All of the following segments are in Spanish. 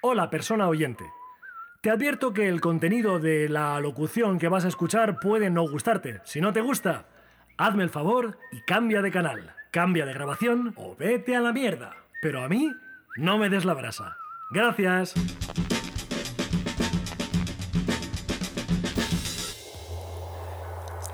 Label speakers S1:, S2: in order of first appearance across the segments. S1: Hola, persona oyente. Te advierto que el contenido de la locución que vas a escuchar puede no gustarte. Si no te gusta, hazme el favor y cambia de canal, cambia de grabación o vete a la mierda. Pero a mí, no me des la brasa. Gracias.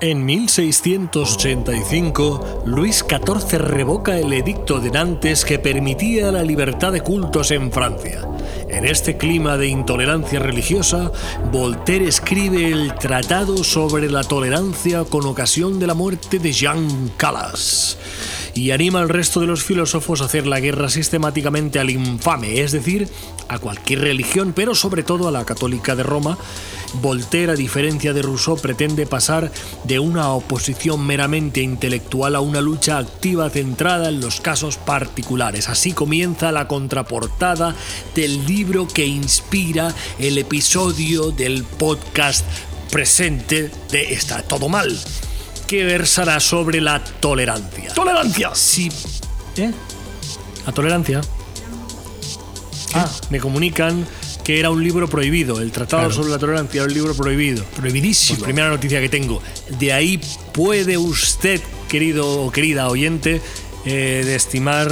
S2: En 1685, Luis XIV revoca el edicto de Nantes que permitía la libertad de cultos en Francia. En este clima de intolerancia religiosa, Voltaire escribe el Tratado sobre la Tolerancia con ocasión de la muerte de Jean Calas y anima al resto de los filósofos a hacer la guerra sistemáticamente al infame, es decir, a cualquier religión, pero sobre todo a la católica de Roma. Voltaire, a diferencia de Rousseau, pretende pasar de una oposición meramente intelectual a una lucha activa centrada en los casos particulares. Así comienza la contraportada del libro que inspira el episodio del podcast presente de Está todo mal que versará sobre la tolerancia.
S1: ¡Tolerancia!
S2: Sí. ¿Eh? La tolerancia. Ah, me comunican que era un libro prohibido. El Tratado
S1: Claro.
S2: sobre la Tolerancia era un libro prohibido.
S1: Prohibidísimo.
S2: Pues primera noticia que tengo. De ahí puede usted, querido o querida oyente, eh, de estimar,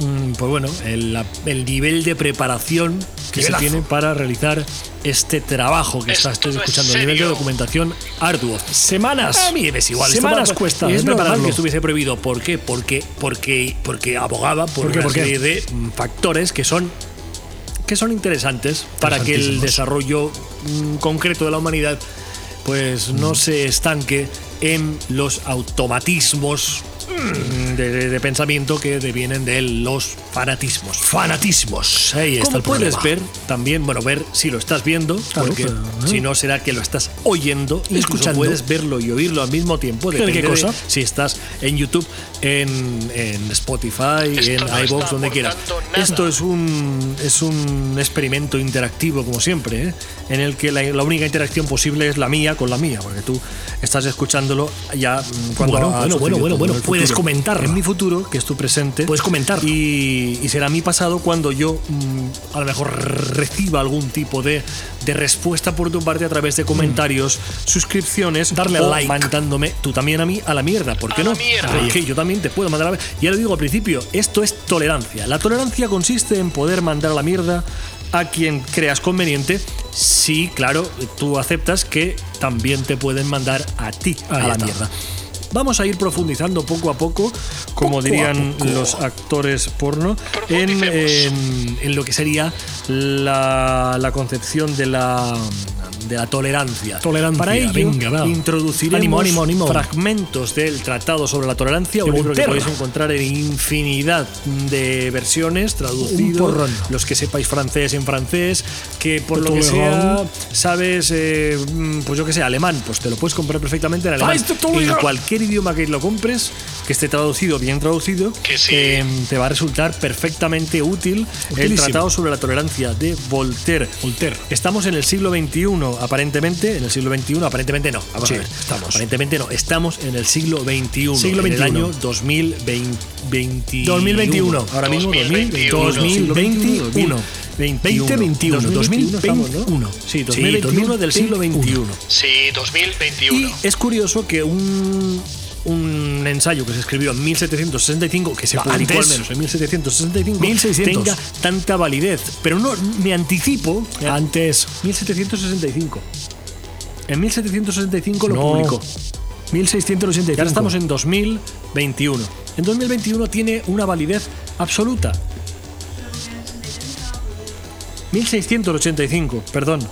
S2: mm, pues bueno, el, la- el nivel de preparación que se
S1: Nivelazo.
S2: tiene para realizar este trabajo que
S3: Es
S2: está usted
S3: todo en
S2: escuchando. El nivel de
S3: serio.
S2: documentación arduo.
S1: Semanas.
S2: A mí me Ah, es igual.
S1: Semanas
S2: Esto me-
S1: cuesta
S2: Es normal
S1: prepararlo.
S2: que estuviese prohibido. ¿Por qué? Porque, porque, porque abogaba por,
S1: ¿Por qué?
S2: una
S1: ¿Por qué?
S2: serie de mm, factores que son que son interesantes para que el
S1: Interesantísimos.
S2: desarrollo mm, concreto de la humanidad pues no se estanque en los automatismos mm, de, de pensamiento que devienen de los fanatismos. Fanatismos. Ahí está
S1: ¿Cómo
S2: el puedes
S1: problema?
S2: ver también, bueno, ver si lo estás viendo,
S1: Claro,
S2: porque
S1: pero, ¿eh?
S2: si no será que lo estás oyendo, incluso
S1: Escuchando.
S2: puedes verlo y oírlo al mismo tiempo.
S1: ¿Qué-
S2: Depende
S1: qué cosa?
S2: de si estás en YouTube, en, en Spotify,
S3: Esto no
S2: en
S3: está
S2: iBox, donde quieras.
S3: aportando nada.
S2: Esto es un, es un experimento interactivo, como siempre, ¿eh? en el que la, la única interacción posible es la mía con la mía, porque tú estás escuchándolo ya mm, cuando
S1: Bueno,
S2: ha
S1: bueno, bueno,
S2: sucedido
S1: bueno,
S2: todo
S1: bueno,
S2: en el
S1: puedes
S2: futuro.
S1: comentarla.
S2: En mi futuro, que es tu presente,
S1: Puedes comentarla.
S2: y, y será mi pasado cuando yo mm, a lo mejor reciba algún tipo de, de respuesta por tu parte a través de comentarios, suscripciones,
S1: Mm. Darle
S2: o
S1: like.
S2: mandándome tú también a mí a la mierda, ¿por qué
S3: A
S2: no?
S3: la mierda.
S2: Porque yo también te puedo mandar a la Ya lo digo al principio, esto es tolerancia. La tolerancia consiste en poder mandar a la mierda a quien creas conveniente si, claro, tú aceptas que también te pueden mandar a ti
S1: Ahí
S2: a la
S1: está.
S2: mierda. Vamos a ir profundizando poco a poco, como
S1: Poco a
S2: dirían
S1: poco.
S2: los actores porno, en,
S3: Profundicemos.
S2: en- en lo que sería la, la concepción de la, de la tolerancia.
S1: Tolerancia,
S2: Para ello,
S1: venga, va.
S2: introduciremos
S1: Ánimo, ánimo, ánimo.
S2: fragmentos del Tratado sobre la Tolerancia, un
S1: De
S2: libro que
S1: Voltaire.
S2: podéis encontrar en infinidad de versiones, traducido,
S1: Un porrón.
S2: los que sepáis francés en francés, que por lo que sea
S1: Tolerón.
S2: sabes, eh, mm, pues yo que sé, alemán, pues te lo puedes comprar perfectamente en alemán.
S1: Ay, esto todo
S2: En
S1: legal.
S2: cualquier idioma que lo compres, que esté traducido, bien traducido,
S3: Que sí.
S2: eh, te va a resultar perfectamente útil el
S1: Utilísimo.
S2: Tratado sobre la Tolerancia de Voltaire.
S1: Voltaire.
S2: Estamos en el siglo XXI, aparentemente. En el siglo XXI, aparentemente no. Vamos
S1: Sí,
S2: a ver.
S1: estamos.
S2: Aparentemente no. Estamos en el siglo XXI.
S1: Siglo
S2: En el
S1: XXI.
S2: año 2020,
S1: 2021.
S2: Ahora mismo
S3: 2021.
S2: 2021.
S1: 2021,
S2: 2021. estamos, ¿no?
S1: 2021.
S2: Sí,
S1: Sí,
S2: 2021 del siglo XXI.
S3: Sí,
S2: Y
S3: 2021.
S2: es curioso que un, un ensayo que se escribió en 1765, que se
S1: Va,
S2: publicó
S1: antes.
S2: al menos en 1765,
S1: 1600.
S2: tenga tanta validez. Pero no, me anticipo.
S1: Antes.
S2: 1765. En 1765 lo
S1: No.
S2: publicó.
S1: 1685.
S2: Y ahora estamos en 2021. En 2021 tiene una validez absoluta. 1685, perdón. En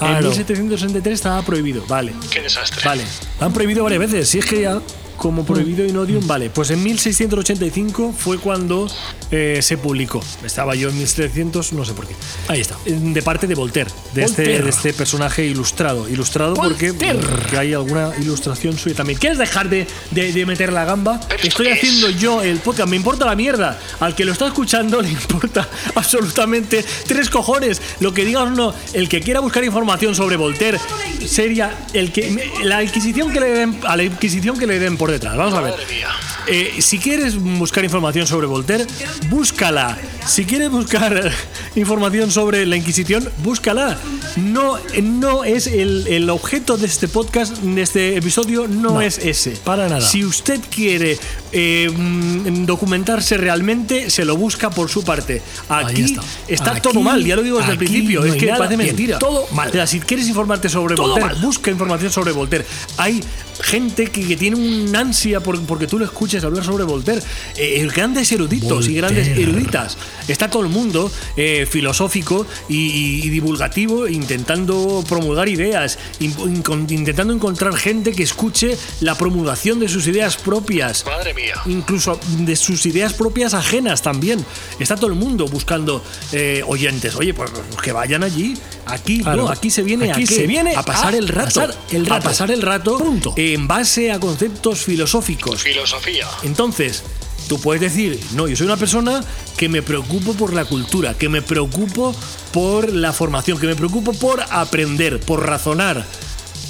S1: Claro.
S2: 1763 estaba prohibido, vale.
S3: Qué desastre.
S2: Vale.
S1: La han prohibido varias veces. Si es que ya.
S2: Como prohibido in odium, vale. Pues en 1685 fue cuando eh, se publicó. Estaba yo en 1700, no sé por qué. Eh,
S1: Ahí está.
S2: De parte de Voltaire, de, este,
S1: Voltaire.
S2: de este personaje ilustrado. Ilustrado porque,
S1: Voltaire.
S2: porque hay alguna ilustración suya también. ¿Quieres dejar de, de- de meter la gamba?
S3: ¿Pero esto
S2: Estoy
S3: qué es?
S2: haciendo yo el podcast, me importa la mierda. Al que lo está escuchando le importa absolutamente tres cojones. Lo que diga o no, el que quiera buscar información sobre Voltaire seria el que la adquisición que le den, a la inquisición que le den por detrás. Vamos a ver.
S3: Madre mía.
S2: Eh, si quieres buscar información sobre Voltaire, búscala. Si quieres buscar información sobre la Inquisición, búscala. No, no es el, el objeto de este podcast, de este episodio, no,
S1: No,
S2: es ese.
S1: para nada.
S2: Si usted quiere eh, mm, documentarse realmente, se lo busca por su parte. Aquí
S1: está.
S2: está,
S1: Aquí-
S2: todo mal, ya lo digo desde el
S1: aquí
S2: principio.
S1: no
S2: es
S1: hay
S2: que
S1: nada
S2: parece
S1: bien,
S2: mentira.
S1: todo mal.
S2: O sea, si quieres informarte sobre
S1: Todo
S2: Voltaire,
S1: mal.
S2: busca información sobre Voltaire. Hay gente que, que tiene un ansia por, porque tú lo escuches hablar sobre Voltaire. Eh, eh, grandes eruditos y grandes
S1: Voltaire.
S2: eruditas. Está todo el mundo eh, filosófico y, y- y divulgativo intentando promulgar ideas, in- in- intentando encontrar gente que escuche la promulgación de sus ideas propias
S3: Madre mía.
S2: incluso de sus ideas propias ajenas también. Está todo el mundo buscando eh, oyentes. Oye, pues pues que vayan allí, aquí,
S1: Claro.
S2: no, aquí se viene
S1: Aquí
S2: a qué?
S1: se viene
S2: a pasar
S1: a
S2: el rato,
S1: pasar el
S2: a
S1: rato.
S2: pasar el rato
S1: Punto.
S2: en base a conceptos filosóficos.
S3: Filosofía.
S2: Entonces, tú puedes decir, no, yo soy una persona que me preocupo por la cultura, que me preocupo por la formación, que me preocupo por aprender, por razonar,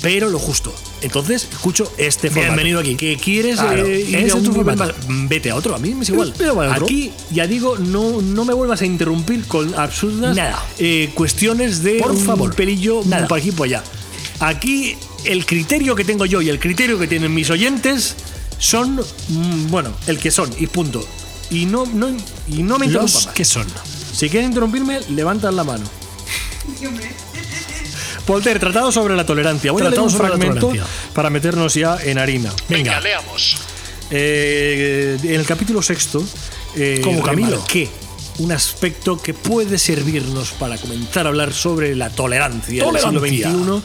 S2: pero lo justo. Entonces, escucho este formato.
S1: Bienvenido aquí.
S2: Que quieres
S1: Claro,
S2: eh,
S1: ese
S2: ir a
S1: es
S2: un
S1: tu
S2: nivel
S1: formato.
S2: más- Mm, Vete a otro, a mí me es igual.
S1: Pero vale otro.
S2: Aquí, ya digo, no, no me vuelvas a interrumpir con absurdas
S1: Nada.
S2: eh, cuestiones de
S1: Por
S2: un
S1: favor.
S2: pelillo
S1: Nada.
S2: para aquí mm, por allá. Aquí el criterio que tengo yo y el criterio que tienen mis oyentes son, mm, bueno, el que son y punto. Y no, no, y no me interrumpan.
S1: Los
S2: más.
S1: que son.
S2: Si quieren interrumpirme, levantan la mano. Voltaire, tratado sobre la tolerancia. Voy
S1: Tratado
S2: a leer un
S1: sobre la
S2: fragmento
S1: tolerancia.
S2: para meternos ya en harina.
S3: Venga,
S1: Venga.
S3: leamos.
S2: Eh, en el capítulo sexto, eh,
S1: Como Camilo.
S2: remarqué Un aspecto que puede servirnos para comenzar a hablar sobre la tolerancia,
S1: Tolerancia.
S2: del siglo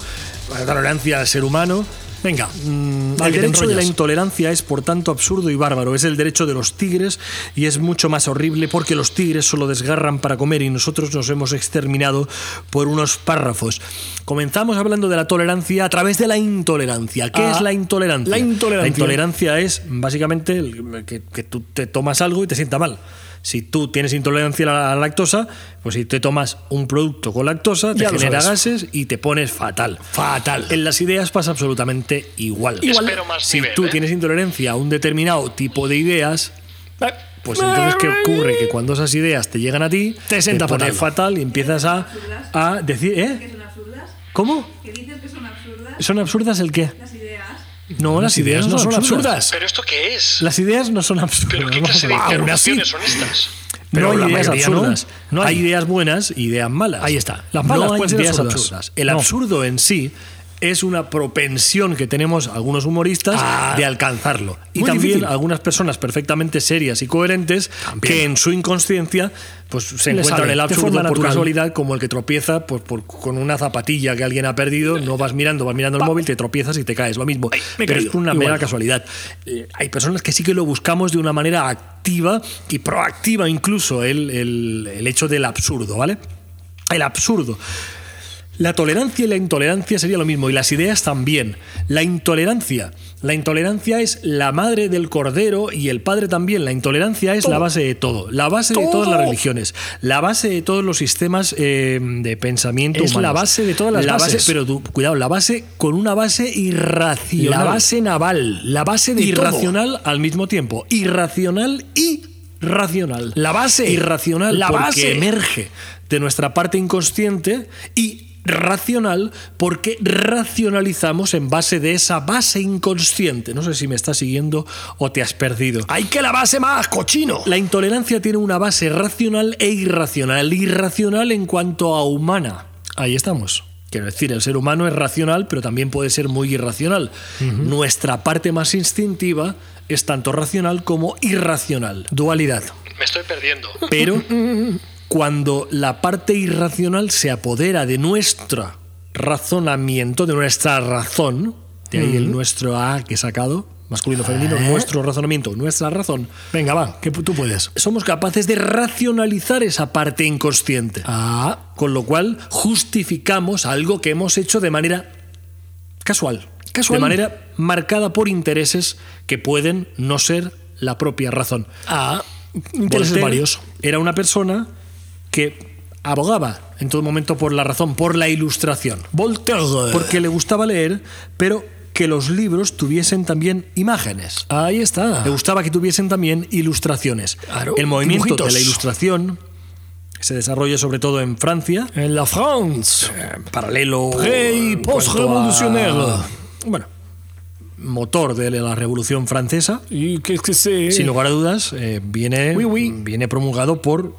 S2: XXI, la tolerancia al ser humano.
S1: Venga.
S2: Mm,
S1: Vale,
S2: el
S1: que te
S2: derecho de la
S1: enrollas.
S2: intolerancia es, por tanto, absurdo y bárbaro. Es el derecho de los tigres y es mucho más horrible porque los tigres solo desgarran para comer y nosotros nos hemos exterminado por unos párrafos. Comenzamos hablando de la tolerancia a través de la intolerancia. ¿Qué
S1: Ah,
S2: es la intolerancia?
S1: la intolerancia.
S2: La intolerancia es básicamente el- que, que tú te tomas algo y te sienta mal. Si tú tienes intolerancia a la lactosa, pues si te tomas un producto con lactosa, te
S1: Ya lo
S2: genera
S1: sabes.
S2: gases y te pones fatal.
S1: Fatal.
S2: En las ideas pasa absolutamente igual.
S1: Igual.
S3: Espero más
S2: Si
S3: nivel.
S2: tú
S3: ¿eh?
S2: tienes intolerancia a un determinado tipo de ideas,
S1: Ah,
S2: pues entonces ¿qué ocurre? Que cuando esas ideas te llegan a ti,
S1: Te sienta
S2: pones
S1: fatal.
S2: fatal y empiezas a, a decir, ¿eh?
S4: son absurdas?
S2: ¿Cómo?
S4: ¿Que dices que son absurdas
S2: ¿Son absurdas el qué?
S4: las ideas?
S2: No, las, ideas, no son absurdas.
S3: ¿Pero esto qué es?
S2: Las ideas no son absurdas.
S3: ¿Pero qué
S2: vamos
S3: clase
S2: a
S3: de
S2: ver. Aún así,
S3: interrupciones son estas?
S2: no
S1: Pero
S2: hay
S1: la
S2: ideas
S1: mayoría
S2: absurdas.
S1: no. No hay.
S2: hay. ideas buenas y ideas malas.
S1: Ahí está. Las malas
S2: no hay
S1: pueden ser
S2: ideas
S1: absurdas.
S2: absurdas. El
S1: No.
S2: absurdo en sí es una propensión que tenemos algunos humoristas
S1: Ah.
S2: de alcanzarlo. Y
S1: Muy
S2: también
S1: difícil.
S2: algunas personas perfectamente serias y coherentes
S1: También.
S2: que en su inconsciencia pues, se
S1: Le
S2: encuentran
S1: sale,
S2: el
S1: de
S2: absurdo
S1: forma
S2: por
S1: natural.
S2: casualidad, como el que tropieza pues, por- con una zapatilla que alguien ha perdido, no vas mirando, vas mirando el móvil, te tropiezas y te caes. Lo mismo.
S1: me he
S2: Pero es
S1: caído.
S2: una
S1: Igual.
S2: mera casualidad. Eh, hay personas que sí que lo buscamos de una manera activa y proactiva incluso el, el- el hecho del absurdo, ¿vale? El absurdo. La tolerancia y la intolerancia sería lo mismo, y las ideas también. La intolerancia. La intolerancia es la madre del cordero y el padre también. La intolerancia es la base de todo. La base de todas
S1: Todo.
S2: las religiones. La base de todos los sistemas eh, de pensamiento.
S1: Es la
S2: humanos.
S1: base de todas las
S2: La base-
S1: bases.
S2: pero tú, cuidado, la base con una base irracional.
S1: La base naval. La base de
S2: irracional al mismo tiempo. Irracional y racional.
S1: La base.
S2: irracional
S1: La
S2: porque
S1: base.
S2: emerge de nuestra parte inconsciente y racional porque racionalizamos en base de esa base inconsciente. No sé si me estás siguiendo o te has perdido.
S1: Todo. Hay que la base más, cochino.
S2: La intolerancia tiene una base racional e irracional. Irracional en cuanto a humana. Ahí estamos. Quiero decir, el ser humano es racional, pero también puede ser muy irracional. Nuestra parte más instintiva es tanto racional como irracional. Dualidad.
S3: Me estoy perdiendo.
S2: Pero cuando la parte irracional se apodera de nuestro razonamiento, de nuestra razón, de ahí
S1: Mm.
S2: el nuestro A que he sacado, masculino, femenino,
S1: Eh.
S2: nuestro razonamiento, nuestra razón,
S1: Venga, va, que tú puedes.
S2: somos capaces de racionalizar esa parte inconsciente.
S1: Ah,
S2: Con lo cual justificamos algo que hemos hecho de manera casual.
S1: Casual.
S2: De manera marcada por intereses que pueden no ser la propia razón.
S1: ah, intereses
S2: Voltaire
S1: varios.
S2: Era una persona que abogaba en todo momento por la razón, por la ilustración.
S1: Voltaire.
S2: Porque le gustaba leer, pero que los libros tuviesen también imágenes.
S1: Ahí está.
S2: Le gustaba que tuviesen también ilustraciones.
S1: Claro,
S2: El movimiento
S1: dibujitos.
S2: de la ilustración se desarrolla sobre todo en Francia,
S1: En la France.
S2: paralelo
S1: Pré- y
S2: en cuanto a-
S1: postrevolucionaire.
S2: Bueno, motor de la Revolución Francesa.
S1: ¿Y qué es que se.?
S2: Sin lugar a dudas, eh, viene,
S1: Oui, oui.
S2: viene promulgado por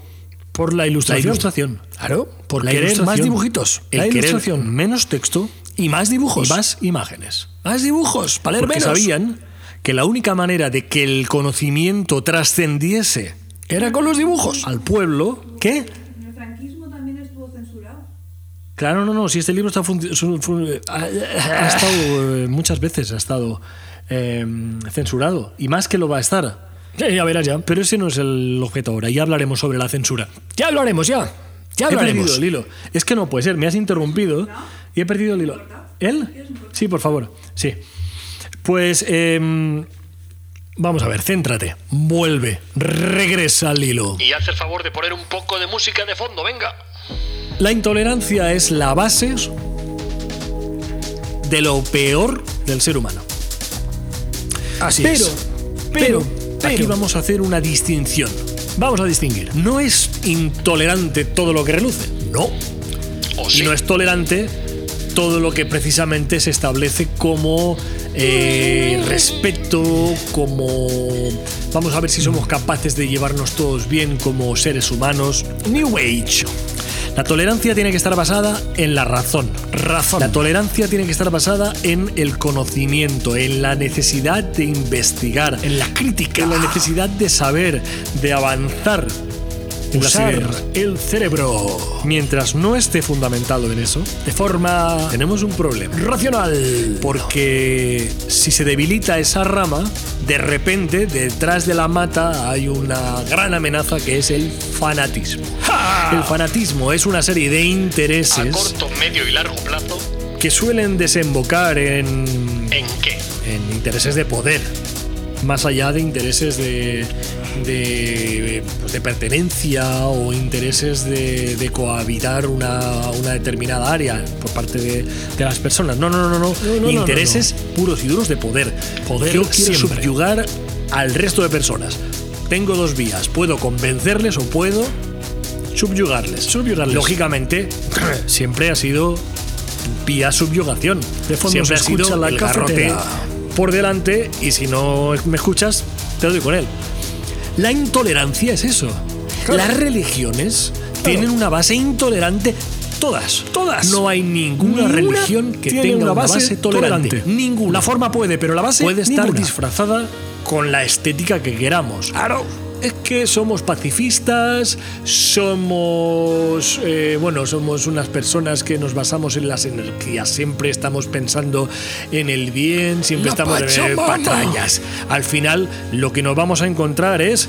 S1: por la
S2: la
S1: ilustración.
S2: ilustración.
S1: Claro, por
S2: La
S1: querer más
S2: ilustración.
S1: dibujitos.
S2: El
S1: la
S2: querer
S1: ilustración.
S2: menos texto
S1: Y más dibujos.
S2: y más imágenes.
S1: Más dibujos, para leer
S2: Porque
S1: menos.
S2: sabían que la única manera de que el conocimiento trascendiese
S1: Era con los dibujos.
S2: al pueblo, ¿qué?
S4: En el franquismo también estuvo censurado.
S2: Claro, no, no, si este libro está fun- su- fun- ha, ha estado eh, muchas veces ha estado eh, censurado y más que lo va a estar.
S1: Eh, ya verás ya.
S2: Pero ese no es el objeto ahora, ya hablaremos sobre la censura.
S1: Ya lo haremos, ya. Ya
S2: he
S1: lo
S2: perdido
S1: haremos.
S2: el hilo. Es que no puede ser, me has interrumpido y he perdido el hilo. ¿Él? Sí, por favor. Sí. Pues em, vamos a ver, céntrate, vuelve, regresa al hilo.
S3: Y hace el favor de poner un poco de música de fondo, venga.
S2: La intolerancia es la base de lo peor del ser humano.
S1: Así
S2: Pero,
S1: es.
S2: pero,
S1: pero-
S2: aquí vamos a hacer una distinción. Vamos a distinguir. No es intolerante todo lo que reluce. No.
S3: O
S2: Y
S3: sí.
S2: no es tolerante todo lo que precisamente se establece como eh, respeto, como... Vamos a ver si somos capaces de llevarnos todos bien como seres humanos. New Age. La tolerancia tiene que estar basada en la razón. Razón. La tolerancia tiene que estar basada en el conocimiento, en la necesidad de investigar, en la crítica, en la necesidad de saber, de avanzar. en las
S1: Usar
S2: ideas.
S1: el cerebro
S2: Mientras no esté fundamentado en eso,
S1: de forma
S2: tenemos un problema.
S1: racional.
S2: Porque si se debilita esa rama, de repente detrás de la mata hay una gran amenaza que es el fanatismo. El fanatismo es una serie de
S3: A
S2: intereses
S3: corto, medio y largo plazo,
S2: que suelen desembocar en,
S3: ¿en qué?
S2: en intereses de poder, más allá de intereses de, de, pues, de pertenencia o intereses de, de cohabitar una, una determinada área por parte de, de las personas. No, no, no, no.
S1: no, no,
S2: intereses puros y duros de poder.
S1: Poder
S2: Yo quiero
S1: siempre.
S2: subyugar al resto de personas. Tengo dos vías. Puedo convencerles o puedo subyugarles.
S1: Subyugarles.
S2: Lógicamente, siempre ha sido vía subyugación.
S1: De fondo
S2: siempre
S1: se
S2: ha sido
S1: escucha la
S2: el garrote
S1: cafetera.
S2: por delante y si no me escuchas, te lo doy con él. La intolerancia es eso.
S1: Claro.
S2: Las religiones tienen una base intolerante todas.
S1: Todas.
S2: No hay ninguna,
S1: Ninguna
S2: religión que
S1: tiene
S2: tenga
S1: una base
S2: tolerante.
S1: tolerante.
S2: Ninguna.
S1: La forma puede, pero la base
S2: puede estar
S1: ninguna.
S2: disfrazada con la estética que queramos.
S1: Claro.
S2: Es que somos pacifistas, somos, eh, bueno, somos unas personas que nos basamos en las energías, siempre estamos pensando en el bien, siempre
S1: La
S2: estamos en
S1: Pachamama.
S2: patrañas. Al final, lo que nos vamos a encontrar es,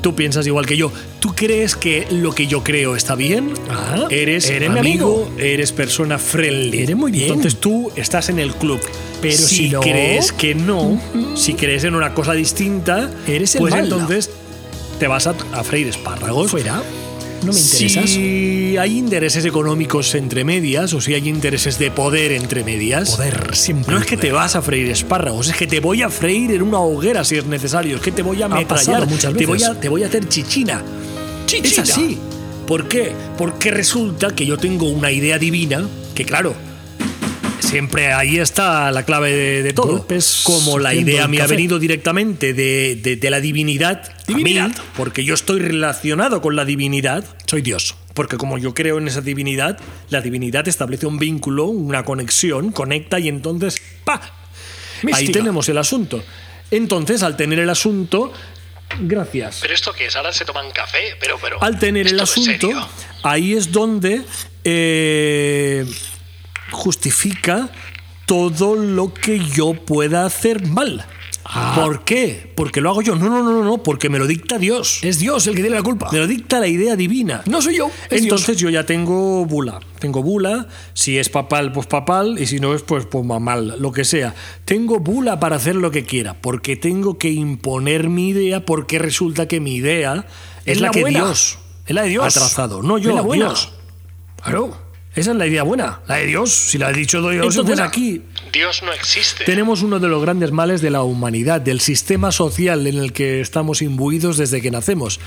S2: tú piensas igual que yo, tú crees que lo que yo creo está bien,
S1: Ah,
S2: eres,
S1: eres mi
S2: amigo, eres persona friendly,
S1: Eres muy bien.
S2: entonces tú estás en el club.
S1: Pero
S2: si,
S1: si no-
S2: crees que no, si crees en una cosa distinta,
S1: Eres el
S2: pues
S1: malo.
S2: entonces te vas a, a freír espárragos.
S1: Fuera. No me interesas.
S2: Si hay intereses económicos entre medias o si hay intereses de poder entre medias,
S1: Poder, siempre.
S2: no es que te vas a freír espárragos, es que te voy a freír en una hoguera si es necesario, es que te voy a
S1: pasado
S2: ametrallar,
S1: muchas
S2: te voy
S1: veces.
S2: a te voy a hacer chichina. Es
S1: Chichina.
S2: así. ¿Por qué? Porque resulta que yo tengo una idea divina, que claro, siempre ahí está la clave de, de todo.
S1: Golpes
S2: Como la
S1: haciendo
S2: idea
S1: el
S2: me ha
S1: café.
S2: venido directamente de, de- de la divinidad, a mí,
S1: Divinidad.
S2: porque yo estoy relacionado con la divinidad,
S1: Soy Dios.
S2: porque como yo creo en esa divinidad, la divinidad establece un vínculo, una conexión, conecta y entonces ¡pa! Ahí
S1: Mística.
S2: tenemos el asunto. Entonces, al tener el asunto, gracias.
S3: ¿Pero esto qué es? Ahora se toman café, pero... pero
S2: Al tener el
S3: ¿esto es
S2: asunto,
S3: serio?
S2: ahí es donde eh, justifica todo lo que yo pueda hacer mal. ¿Por qué? Porque lo hago yo. No, no, no, no, no, porque me lo dicta Dios.
S5: Eh.
S1: Es Dios el que tiene la culpa.
S2: Me lo dicta la idea divina.
S1: No soy yo. es
S2: Entonces yo ya tengo bula. Tengo bula. Si es papal, pues papal. Y si no es, pues, pues mamal. Lo que sea. Tengo bula para hacer lo que quiera. Porque tengo que imponer mi idea. Porque resulta que mi idea es,
S1: Es
S2: la,
S1: la
S2: que
S1: buena.
S2: Dios
S1: Es la de Dios.
S2: ha trazado. No yo,
S1: Es la buena.
S2: Dios.
S1: Dios. Claro.
S2: Esa es la idea buena, la de Dios. Si la ha dicho Dios, es
S1: Entonces
S2: buena.
S1: aquí
S3: Dios no existe.
S2: Tenemos uno de los grandes males de la humanidad, del sistema social en el que estamos imbuidos desde que nacemos.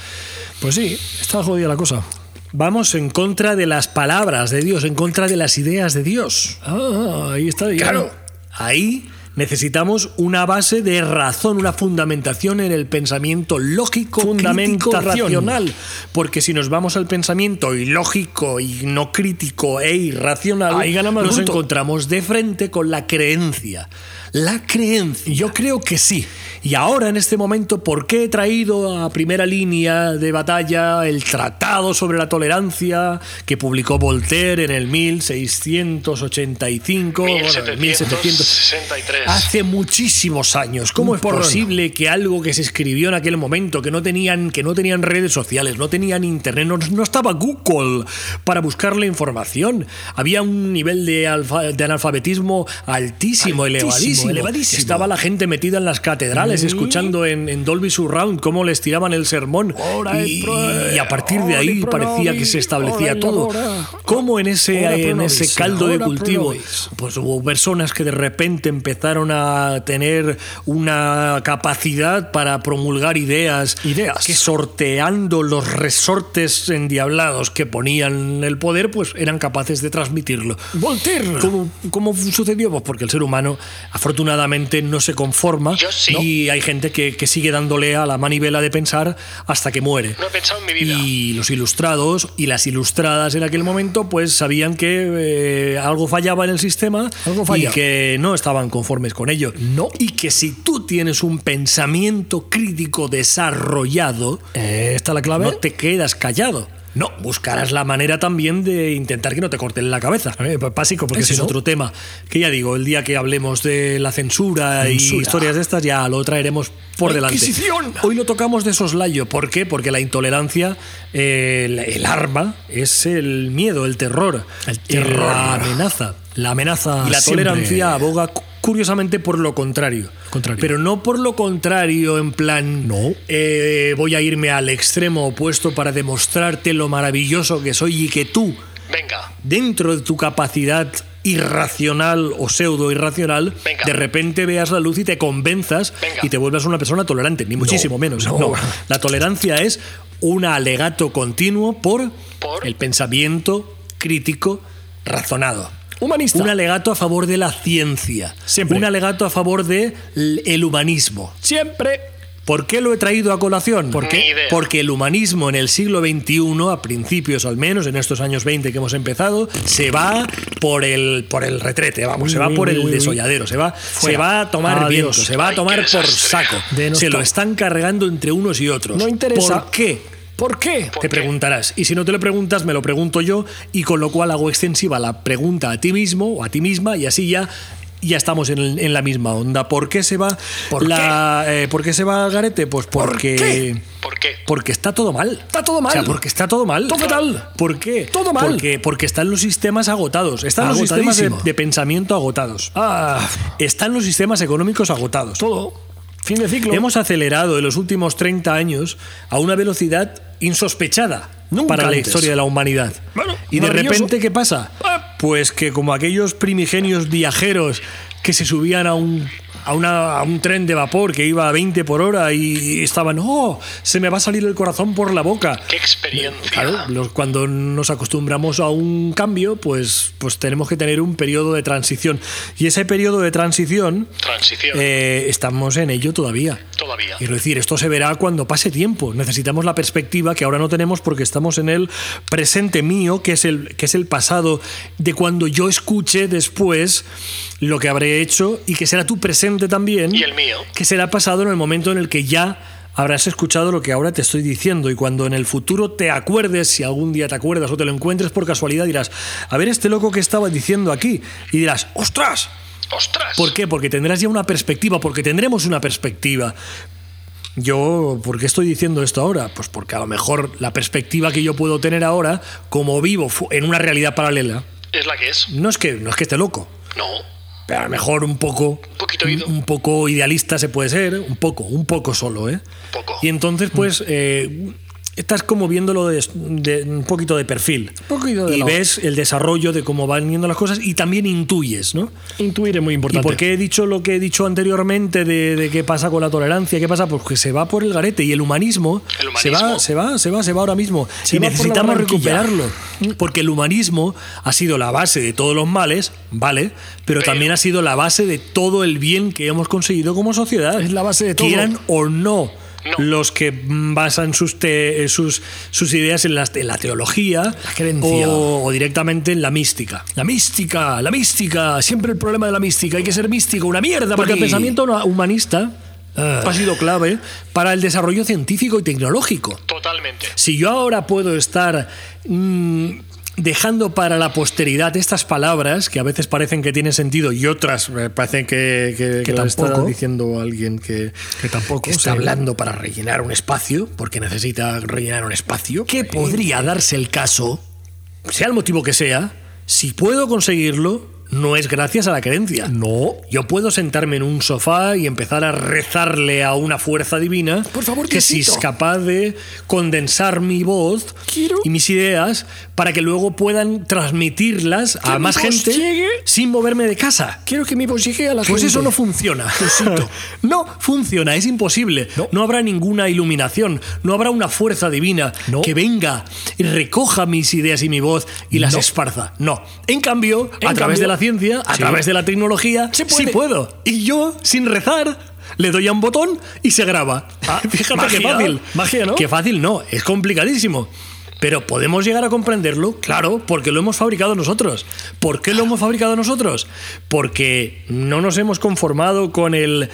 S2: Pues sí, está jodida la cosa. Vamos en contra de las palabras de Dios, en contra de las ideas de Dios. Ah, ahí está. ya.
S3: Claro.
S2: Ahí necesitamos una base de razón, una fundamentación en el pensamiento lógico, crítico,
S1: Fundamentación.
S2: racional. Porque si nos vamos al pensamiento ilógico y no crítico e irracional,
S1: Ahí gana más
S2: nos
S1: bruto.
S2: encontramos de frente con la creencia. La creencia. Yo creo que sí. Y ahora, en este momento, ¿por qué he traído a primera línea de batalla el Tratado sobre la Tolerancia que publicó Voltaire en el 1685? bueno, en 1700
S3: 1763.
S2: Hace muchísimos años. ¿Cómo
S1: Un
S2: es
S1: porrón.
S2: posible que algo que se escribió en aquel momento, que no tenían, que no tenían redes sociales, no tenían internet, no, no estaba Google para buscar la información? Había un nivel de, alfa- de analfabetismo altísimo,
S1: Altísimo,
S2: elevadísimo.
S1: elevadísimo.
S2: Estaba la gente metida en las catedrales,
S1: Mm.
S2: escuchando en, en Dolby Surround cómo les tiraban el sermón.
S1: Ora
S2: Y,
S1: et pro-
S2: y a partir de
S1: ora
S2: ahí
S1: et pro
S2: parecía que
S1: nobis,
S2: se establecía
S1: ora et
S2: todo.
S1: labora.
S2: ¿Cómo en
S1: Ora pro
S2: ese, en
S1: nobis,
S2: ese caldo de
S1: ora pro
S2: cultivo?
S1: nobis.
S2: pues hubo personas que de repente empezaron a tener una capacidad para promulgar ideas,
S1: Ideas.
S2: que sorteando los resortes endiablados que ponían el poder, pues eran capaces de transmitirlo.
S1: Voltaire.
S2: ¿Cómo, cómo sucedió? Pues porque el ser humano afortunadamente no se conforma
S3: Yo sí.
S2: y hay gente que, que sigue dándole a la manivela de pensar hasta que muere.
S3: No he pensado en mi vida.
S2: Y los ilustrados y las ilustradas en aquel momento, pues sabían que eh, algo fallaba en el sistema
S1: Algo falla.
S2: y que no estaban conformes con ello. No. Y que si tú tienes un pensamiento crítico desarrollado,
S1: ¿Está Eh, la clave?
S2: no te quedas callado. No, buscarás la manera también de intentar que no te corten la cabeza.
S1: Eh, pues básico, porque
S2: Ese
S1: si
S2: es
S1: no-
S2: otro tema. Que ya digo, el día que hablemos de la censura, y
S1: Censura.
S2: historias de estas, ya lo traeremos por
S1: La
S2: delante.
S1: Inquisición.
S2: Hoy lo tocamos de soslayo. ¿Por qué? Porque la intolerancia, eh, el, el arma, es el miedo, el terror.
S1: El terror.
S2: La amenaza. La amenaza. Y la
S1: siempre.
S2: tolerancia aboga cu- curiosamente por lo contrario.
S1: Contrario.
S2: Pero no por lo contrario, en plan.
S1: No.
S2: eh, voy a irme al extremo opuesto para demostrarte lo maravilloso que soy y que tú
S3: Venga.
S2: dentro de tu capacidad irracional o pseudo irracional,
S3: Venga.
S2: de repente veas la luz y te convenzas
S3: Venga.
S2: y te vuelvas una persona tolerante, ni muchísimo menos.
S1: no.
S2: No. La tolerancia es un alegato continuo por,
S3: Por.
S2: el pensamiento crítico razonado.
S1: Humanista.
S2: Un alegato a favor de la ciencia.
S1: Siempre.
S2: Un alegato a favor del humanismo.
S1: Siempre.
S2: ¿Por qué lo he traído a colación? ¿Por
S3: qué? Ni idea.
S2: Porque el humanismo en el siglo XXI, a principios al menos, en estos años 20 que hemos empezado, se va por el, por el retrete, vamos, se va
S1: Uy,
S2: por
S1: uy,
S2: el
S1: uy, uy.
S2: desolladero, se va, se
S1: Fuera.
S2: va a tomar
S1: Adiós.
S2: viento, se va a
S3: Ay,
S2: tomar
S3: qué
S2: por
S3: desastre.
S2: saco.
S1: De no
S2: Se lo
S1: estar.
S2: están cargando entre unos y otros.
S1: No interesa.
S2: ¿Por qué?
S1: ¿Por qué?
S3: ¿Por
S2: Te
S3: qué?
S2: preguntarás. Y si no te lo preguntas, me lo pregunto yo, y con lo cual hago extensiva la pregunta a ti mismo o a ti misma, y así ya. Ya estamos en, el- en la misma onda. ¿Por qué se va
S1: ¿Por
S2: la- eh, ¿por qué se va al garete? Pues porque.
S1: qué?
S3: ¿Por qué?
S2: Porque está todo mal.
S1: Está todo mal.
S2: O sea, porque está todo mal.
S1: Todo fatal.
S2: ¿Por qué?
S1: Todo mal.
S2: Porque, porque están los sistemas agotados. Están los sistemas de,
S1: Agotadísimo.
S2: de pensamiento agotados.
S1: Ah,
S2: Están los sistemas económicos agotados.
S1: todo. Fin de ciclo.
S2: Hemos acelerado en los últimos 30 años a una velocidad insospechada
S1: Nunca
S2: para la
S1: antes.
S2: historia de la humanidad.
S1: Bueno,
S2: y de
S1: maravilloso.
S2: repente, ¿qué pasa?
S1: Ah.
S2: Pues que como aquellos primigenios viajeros que se subían a un, a, una- a un tren de vapor que iba a 20 por hora y estaban, oh, se me va a salir el corazón por la boca.
S3: ¿Qué experiencia?
S2: Claro, los- cuando nos acostumbramos a un cambio, pues, pues tenemos que tener un periodo de transición. Y ese periodo de transición
S3: Transición.
S2: eh, estamos en ello todavía.
S3: Todavía.
S2: Quiero decir, esto se verá cuando pase tiempo. Necesitamos la perspectiva que ahora no tenemos porque estamos en el presente mío, que es el, que es el pasado, de cuando yo escuche después lo que habré hecho y que será tu presente también.
S3: Y el mío.
S2: Que será pasado en el momento en el que ya habrás escuchado lo que ahora te estoy diciendo y cuando en el futuro te acuerdes, si algún día te acuerdas o te lo encuentres por casualidad, dirás, a ver este loco que estaba diciendo aquí y dirás, ostras,
S3: ¡Ostras!
S2: ¿Por qué? Porque tendrás ya una perspectiva, porque tendremos una perspectiva. Yo, ¿por qué estoy diciendo esto ahora? Pues porque a lo mejor la perspectiva que yo puedo tener ahora, como vivo fu- en una realidad paralela,
S3: Es la que es.
S2: no es que, no es que esté loco,
S3: No.
S2: pero a lo mejor un poco,
S3: Un poquito ido.
S2: un poco idealista se puede ser, un poco, un poco solo, ¿eh?
S3: Poco.
S2: Y entonces, pues, eh, estás como viéndolo de, de- un poquito de perfil.
S5: Un poquito de
S2: y
S5: lado.
S2: ves el desarrollo de cómo van yendo las cosas y también intuyes, ¿no?
S5: Intuir es
S2: ¿Y
S5: muy importante.
S2: por qué he dicho lo que he dicho anteriormente de, de qué pasa con la tolerancia? ¿Qué pasa? Pues que se va por el garete y el humanismo,
S3: El
S2: se
S3: humanismo.
S2: va, se va, se va, se va ahora mismo.
S5: Se
S2: y
S5: va por la
S2: necesitamos
S5: barranquilla.
S2: recuperarlo. Porque el humanismo ha sido la base de todos los males, ¿vale? Pero también ha sido la base de todo el bien que hemos conseguido como sociedad.
S5: Es la base de todo.
S2: Quieran o no.
S3: No.
S2: Los que mm, basan sus, te- eh, sus, sus ideas en la, en la teología
S5: creencia.
S2: o- o directamente en la mística.
S5: La mística, la mística, siempre el problema de la mística. Hay que ser místico, una mierda.
S2: Porque el
S5: Mari.
S2: pensamiento no- humanista
S5: Ah.
S2: ha sido clave para el desarrollo científico y tecnológico.
S3: Totalmente.
S2: Si yo ahora puedo estar mm, dejando para la posteridad estas palabras, que a veces parecen que tienen sentido y otras me parecen que, que,
S5: Que
S2: lo está
S5: tampoco.
S2: diciendo alguien que,
S5: Que tampoco,
S2: que está
S5: sí.
S2: hablando para rellenar un espacio, porque necesita rellenar un espacio. eh,
S5: ¿Qué
S2: Que
S5: podría
S2: podría darse el caso, sea el motivo que sea, si puedo conseguirlo, no es gracias a la creencia.
S5: No.
S2: Yo puedo sentarme en un sofá y empezar a rezarle a una fuerza divina
S5: Por favor,
S2: que si
S5: Diosito.
S2: es capaz de condensar mi voz
S5: Quiero-
S2: y mis ideas para que luego puedan transmitirlas a
S5: mi
S2: más
S5: voz
S2: gente
S5: llegue.
S2: sin moverme de casa.
S5: Quiero que mi voz llegue a la
S2: Pues
S5: gente.
S2: eso no funciona. no funciona, es imposible.
S5: No.
S2: No. habrá ninguna iluminación, no habrá una fuerza divina
S5: No.
S2: que venga y recoja mis ideas y mi voz y las
S5: No.
S2: esparza. No. En cambio,
S5: En
S2: a través
S5: cambio-
S2: de la ciencia, a
S5: Sí.
S2: través de la tecnología,
S5: Se puede.
S2: sí puedo. Y yo, sin rezar, le doy a un botón y se graba.
S5: Ah.
S2: Fíjate qué
S5: magia,
S2: fácil.
S5: magia, ¿no?
S2: Qué fácil no, es complicadísimo. Pero podemos llegar a comprenderlo, claro, porque lo hemos fabricado nosotros. ¿Por qué lo hemos fabricado nosotros? Porque no nos hemos conformado con el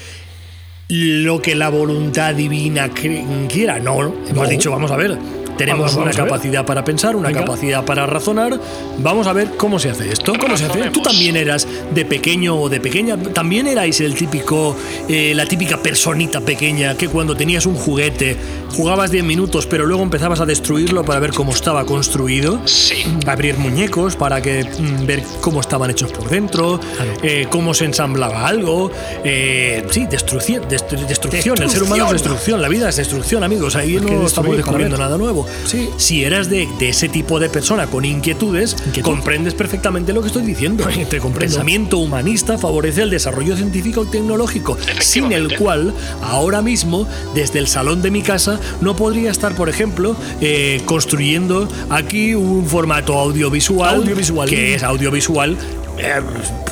S2: lo que la voluntad divina cre- quiera. No, hemos
S5: No.
S2: dicho, vamos a ver. Tenemos
S5: Vamos, vamos
S2: una
S5: a ver.
S2: capacidad para pensar, una
S5: Venga.
S2: capacidad para razonar. Vamos a ver cómo se hace esto. ¿Cómo se hace? Tú
S3: Razonemos.
S2: también eras de pequeño o de pequeña, también erais el típico, eh, la típica personita pequeña que cuando tenías un juguete jugabas 10 minutos, pero luego empezabas a destruirlo para ver cómo estaba construido.
S3: Sí.
S2: Abrir muñecos para que mm, ver cómo estaban hechos por dentro, eh, cómo se ensamblaba algo. eh, sí, destrucción, destru- destrucción. El ser humano es
S5: Destrucción.
S2: destrucción, la vida es destrucción, amigos. Ahí
S5: que
S2: no estamos
S5: destruir,
S2: descubriendo
S5: joder.
S2: nada nuevo.
S5: Sí.
S2: Si eras de, de ese tipo de persona con inquietudes, comprendes perfectamente lo que estoy diciendo.
S5: Te comprendo.
S2: Pensamiento humanista favorece el desarrollo científico y tecnológico, sin el
S3: Efectivamente.
S2: cual ahora mismo, desde el salón de mi casa, no podría estar, por ejemplo, eh, construyendo aquí un formato audiovisual,
S5: Audiovisual.
S2: que es audiovisual. eh,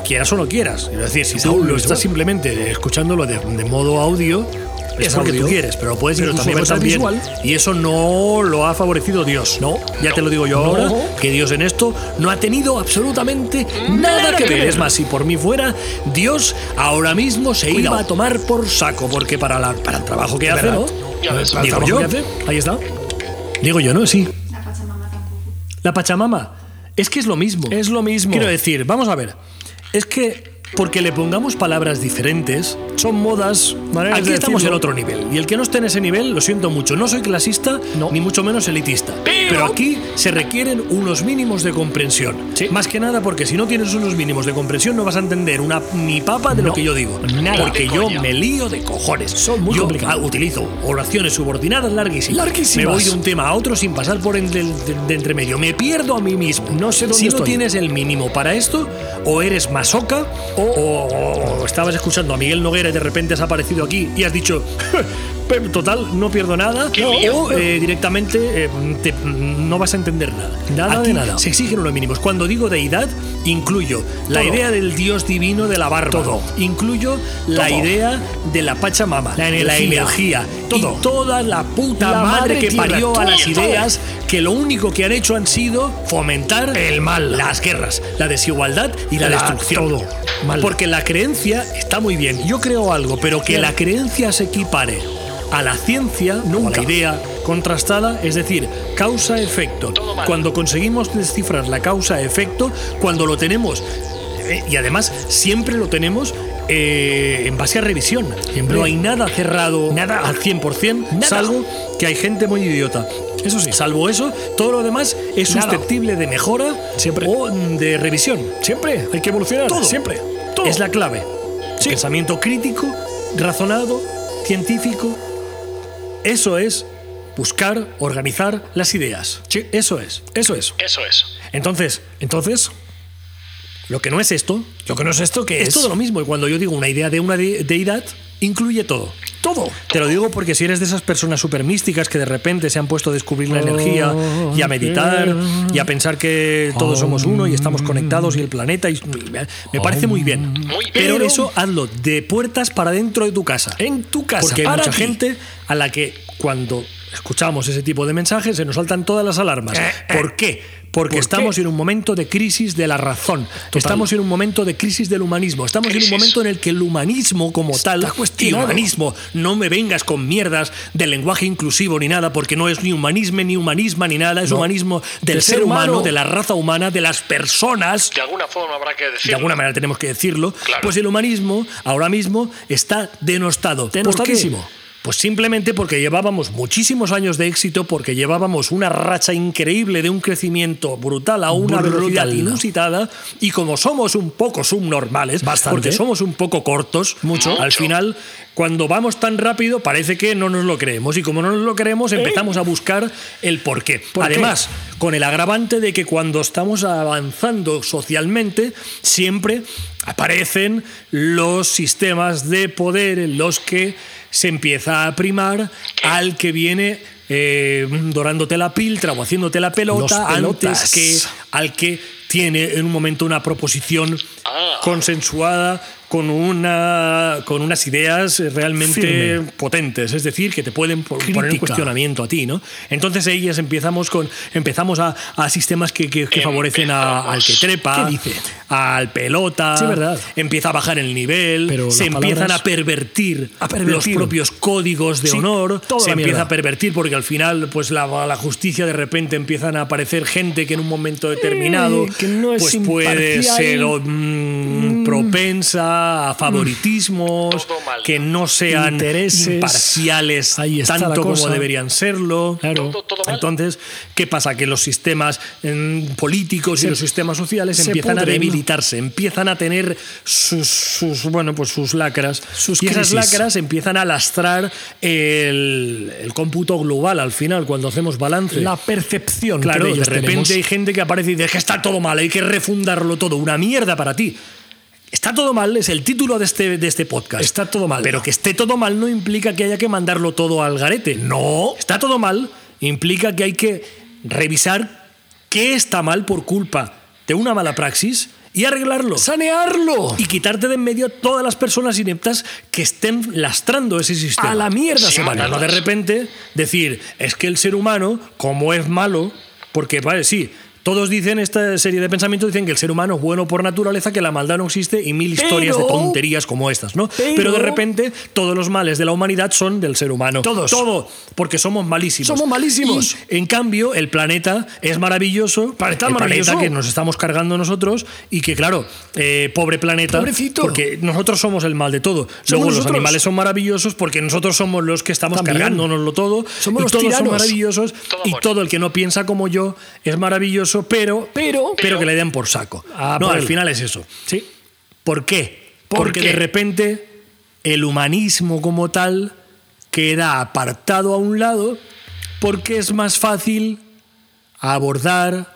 S2: quieras o no quieras. Es decir, si tú
S5: audio,
S2: lo
S5: ¿no?
S2: estás simplemente escuchándolo de, de modo audio, es,
S5: Es
S2: porque
S5: audio.
S2: tú quieres, pero lo puedes
S5: Pero
S2: incluso
S5: también
S2: ver
S5: puede ser
S2: también.
S5: visual.
S2: Y eso no lo ha favorecido Dios. No, ya te lo digo yo
S5: No.
S2: ahora, que Dios en esto no ha tenido absolutamente nada que ver. Es más, si por mí fuera, Dios ahora mismo se iba a tomar por saco, porque para, la, para el trabajo que hace,
S5: verdad.
S2: ¿no?
S3: Ya ves.
S2: Para el
S5: Digo
S2: trabajo
S5: yo.
S2: que hace, ahí está. Digo yo, ¿no? Sí.
S4: La Pachamama tampoco.
S2: La Pachamama. Es que es lo mismo.
S5: Es lo mismo.
S2: Quiero decir, vamos a ver. Es que porque le pongamos palabras diferentes,
S5: Son modas, maneras
S2: aquí
S5: de
S2: estamos en
S5: decirlo.
S2: otro nivel. Y el que no esté en ese nivel, lo siento mucho. No soy clasista,
S5: No.
S2: ni mucho menos elitista.
S3: Pero-
S2: aquí se requieren unos mínimos de comprensión.
S5: Sí.
S2: Más que nada porque si no tienes unos mínimos de comprensión, no vas a entender una ni papa de lo
S5: No.
S2: que yo digo.
S5: Nada.
S2: Porque
S3: Ni de
S2: yo
S3: coña.
S2: me lío de cojones.
S5: Son muy
S2: yo
S5: complicados.
S2: ah, utilizo oraciones subordinadas larguísimas.
S5: Larguísimas.
S2: Me voy de un tema a otro sin pasar por entre, de, de entre medio. Me pierdo a mí mismo.
S5: No sé dónde
S2: Si
S5: estoy.
S2: no tienes el mínimo para esto, o eres masoca, o, o- o estabas escuchando a Miguel Noguera y de repente has aparecido aquí y has dicho, "Pep, total, no pierdo nada,
S3: Qué
S2: o,
S3: lío.
S2: o, eh, directamente eh, te- no vas a entender nada.
S5: Nada
S2: Aquí
S5: de nada.
S2: Se exigen unos mínimos. Cuando digo deidad, incluyo la
S5: Todo.
S2: idea del dios divino de la barba.
S5: Todo.
S2: Incluyo la
S5: Todo.
S2: idea de la Pachamama,
S5: La energía.
S2: energía,
S5: Todo.
S2: y toda la puta
S5: La
S2: madre,
S5: madre
S2: que
S5: tierra,
S2: parió
S5: todo,
S2: a las
S5: todo.
S2: ideas que lo único que han hecho han sido fomentar el mal, las guerras, la desigualdad y la,
S5: La-
S2: destrucción.
S5: todo. Mal.
S2: Porque la creencia está muy bien. Yo creo algo, pero que la creencia se equipare a la ciencia, no a la idea contrastada, es decir, causa-efecto.
S3: Todo mal.
S2: Cuando conseguimos descifrar la causa-efecto, cuando lo tenemos, eh, y además siempre lo tenemos eh, en base a revisión.
S5: Siempre.
S2: No hay nada cerrado
S5: Nada.
S2: al 100%,
S5: Nada.
S2: salvo que hay gente muy idiota. Eso sí. Salvo eso, todo lo demás es
S5: Nada.
S2: susceptible de mejora
S5: Siempre.
S2: o de revisión.
S5: Siempre. Hay que evolucionar.
S2: Todo.
S5: Siempre. Todo.
S2: Es la clave.
S5: Sí.
S2: Pensamiento crítico, razonado, científico. Eso es buscar, organizar las ideas.
S5: Sí.
S2: Eso es, eso es.
S3: Eso es.
S2: Entonces,
S5: Entonces,
S2: lo que no es esto,
S5: lo que no es esto, ¿qué
S2: es,
S5: es?
S2: todo lo mismo. Y cuando yo digo una idea de una de- deidad, incluye todo.
S5: Todo.
S2: Te lo digo porque si eres de esas personas súper místicas que de repente se han puesto a descubrir la energía y a meditar y a pensar que todos somos uno y
S5: Mm.
S2: estamos conectados y el planeta, y
S5: Oh.
S2: me parece muy bien.
S3: Muy bien.
S2: Pero eso hazlo de puertas para dentro de tu casa.
S5: En tu casa.
S2: Porque hay
S5: para
S2: mucha
S5: ti.
S2: gente a la que cuando escuchamos ese tipo de mensajes se nos saltan todas las alarmas. ¿Por qué? Porque
S5: ¿Por
S2: estamos
S5: qué?
S2: en un momento de crisis de la razón. Estamos en un momento de crisis del humanismo. Estamos
S3: Crisis.
S2: en un momento en el que el humanismo como tal, el
S5: cuestionado.
S2: humanismo, no me vengas con mierdas del lenguaje inclusivo ni nada, porque no es ni humanisme ni humanisma ni nada, es
S5: No.
S2: humanismo del
S5: Del
S2: ser,
S5: ser
S2: humano,
S5: humano.
S2: de la raza humana, de las personas
S3: De alguna forma habrá que decirlo.
S2: de alguna manera tenemos que decirlo,
S3: Claro.
S2: pues el humanismo ahora mismo está denostado. ¿Por qué?
S5: Denostadísimo.
S2: Pues simplemente porque llevábamos muchísimos años de éxito, porque llevábamos una racha increíble de un crecimiento brutal a una
S5: Brutalidad.
S2: velocidad inusitada, y como somos un poco subnormales,
S5: Bastante.
S2: porque somos un poco cortos,
S3: Mucho.
S2: al final, cuando vamos tan rápido, parece que no nos lo creemos, y como no nos lo creemos, empezamos a buscar el porqué.
S5: Eh. ¿Por qué?
S2: Además, con el agravante de que cuando estamos avanzando socialmente, siempre aparecen los sistemas de poder en los que se empieza a primar al que viene eh, dorándote la piltra o haciéndote la pelota
S5: pelotas.
S2: antes que al que tiene en un momento una proposición
S3: Ah.
S2: consensuada con, una, con unas ideas eh, realmente
S5: Firme.
S2: potentes, es decir, que te pueden po- poner en
S5: Crítica.
S2: cuestionamiento a ti, ¿no? Entonces ellas empezamos con empezamos a, a sistemas que, que- que favorecen a- al que trepa,
S5: ¿Qué dice?
S2: al pelota,
S5: Sí, verdad.
S2: empieza a bajar el nivel,
S5: Pero las
S2: se empiezan
S5: palabras-
S2: a pervertir,
S5: A pervertir.
S2: los propios códigos de
S5: Sí,
S2: honor,
S5: toda
S2: se
S5: la
S2: empieza
S5: mierda.
S2: a pervertir porque al final pues la, la justicia de repente empiezan a aparecer gente que en un momento determinado
S5: Eh, que no es
S2: pues puede
S5: imparcial.
S2: ser o, mm, propensa a favoritismos
S3: Todo mal.
S2: que no sean
S5: Intereses.
S2: imparciales
S5: Ahí está la
S2: pues, tanto como
S5: cosa.
S2: deberían serlo.
S5: Claro.
S3: Todo, todo mal.
S2: Entonces, ¿qué pasa? Que los sistemas mm, políticos y los sistemas sociales
S5: se
S2: empiezan a
S5: pudren.
S2: debilitarse, empiezan a tener sus, sus, bueno, pues sus lacras.
S5: Sus
S2: y esas
S5: crisis.
S2: lacras empiezan a lastrar el, el cómputo global al final, cuando hacemos balance.
S5: La percepción
S2: Claro,
S5: que de
S2: de
S5: ellos
S2: repente
S5: tenemos.
S2: hay gente que aparece y dice "Es que está todo mal, hay que refundarlo todo, una mierda para ti. Está todo mal es el título de este, de este podcast.
S5: Está todo mal.
S2: Pero que esté todo mal no implica que haya que mandarlo todo al garete. No. Está todo mal implica que hay que revisar qué está mal por culpa de una mala praxis y arreglarlo.
S5: ¡Sanearlo!
S2: Y quitarte de en medio todas las personas ineptas que estén lastrando ese sistema.
S5: A la mierda se van.
S2: Para no de repente decir, es que el ser humano, como es malo, porque vale, sí. Todos dicen, esta serie de pensamientos dicen que el ser humano es bueno por naturaleza, que la maldad no existe y mil historias
S5: Pero-
S2: de tonterías como estas, ¿no?
S5: pero-
S2: de repente todos los males de la humanidad son del ser humano.
S5: Todos.
S2: Todo, porque somos malísimos.
S5: Somos malísimos.
S2: Y, en cambio, el planeta es maravilloso.
S5: Planeta
S2: el
S5: maravilloso.
S2: planeta que nos estamos cargando nosotros y que, claro, eh, pobre planeta.
S5: Pobrecito.
S2: Porque nosotros somos el mal de todo. Luego
S5: Somos
S2: los
S5: nosotros.
S2: animales son maravillosos porque nosotros somos los que estamos
S5: También.
S2: cargándonoslo todo.
S5: Somos
S2: y
S5: los
S2: todos
S5: tiranos.
S2: son maravillosos
S3: Todo
S2: y
S3: amor.
S2: todo el que no piensa como yo es maravilloso, pero
S5: Pero-
S2: pero que le den por saco.
S5: Ah,
S2: no,
S5: por
S2: al
S5: él.
S2: final es eso.
S5: Sí.
S2: ¿Por qué?
S5: ¿Por
S2: Porque
S5: qué?
S2: de repente el humanismo como tal queda apartado a un lado porque es más fácil abordar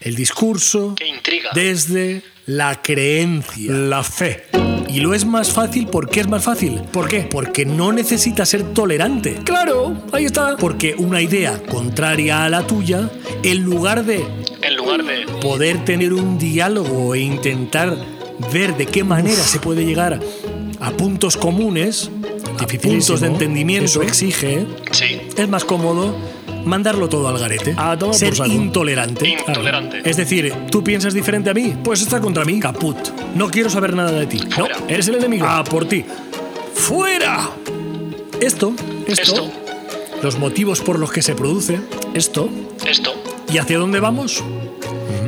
S2: el discurso
S3: Qué intriga.
S2: desde la creencia.
S5: La fe.
S2: Y lo es más fácil, ¿por qué es más fácil?
S5: ¿Por qué?
S2: Porque no necesitas ser tolerante.
S5: Claro, ahí está.
S2: Porque una idea contraria a la tuya, en lugar de
S3: En lugar de.
S2: poder tener un diálogo e intentar ver de qué manera se puede llegar a puntos comunes, a puntos de entendimiento, ¿eh?
S5: Eso exige.
S3: Sí.
S2: es más cómodo mandarlo todo al garete.
S5: A tomar Ah, por
S2: ser
S5: saco.
S2: intolerante.
S3: Intolerante.
S2: Es decir, tú piensas diferente a mí, pues está contra mí. Caput. No quiero saber nada de ti. No,
S3: Fuera.
S2: eres el enemigo. Ah, por ti. ¡Fuera! Esto,
S3: Esto.
S2: los motivos por los que se produce, esto,
S3: Esto.
S2: ¿Y hacia dónde vamos?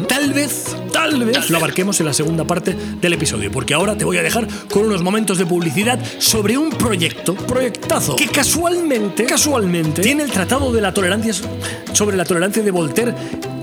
S2: Tal vez, tal vez lo abarquemos en la segunda parte del episodio, porque ahora te voy a dejar con unos momentos de publicidad sobre un proyecto, proyectazo, que casualmente, casualmente tiene el Tratado de la Tolerancia sobre la tolerancia de Voltaire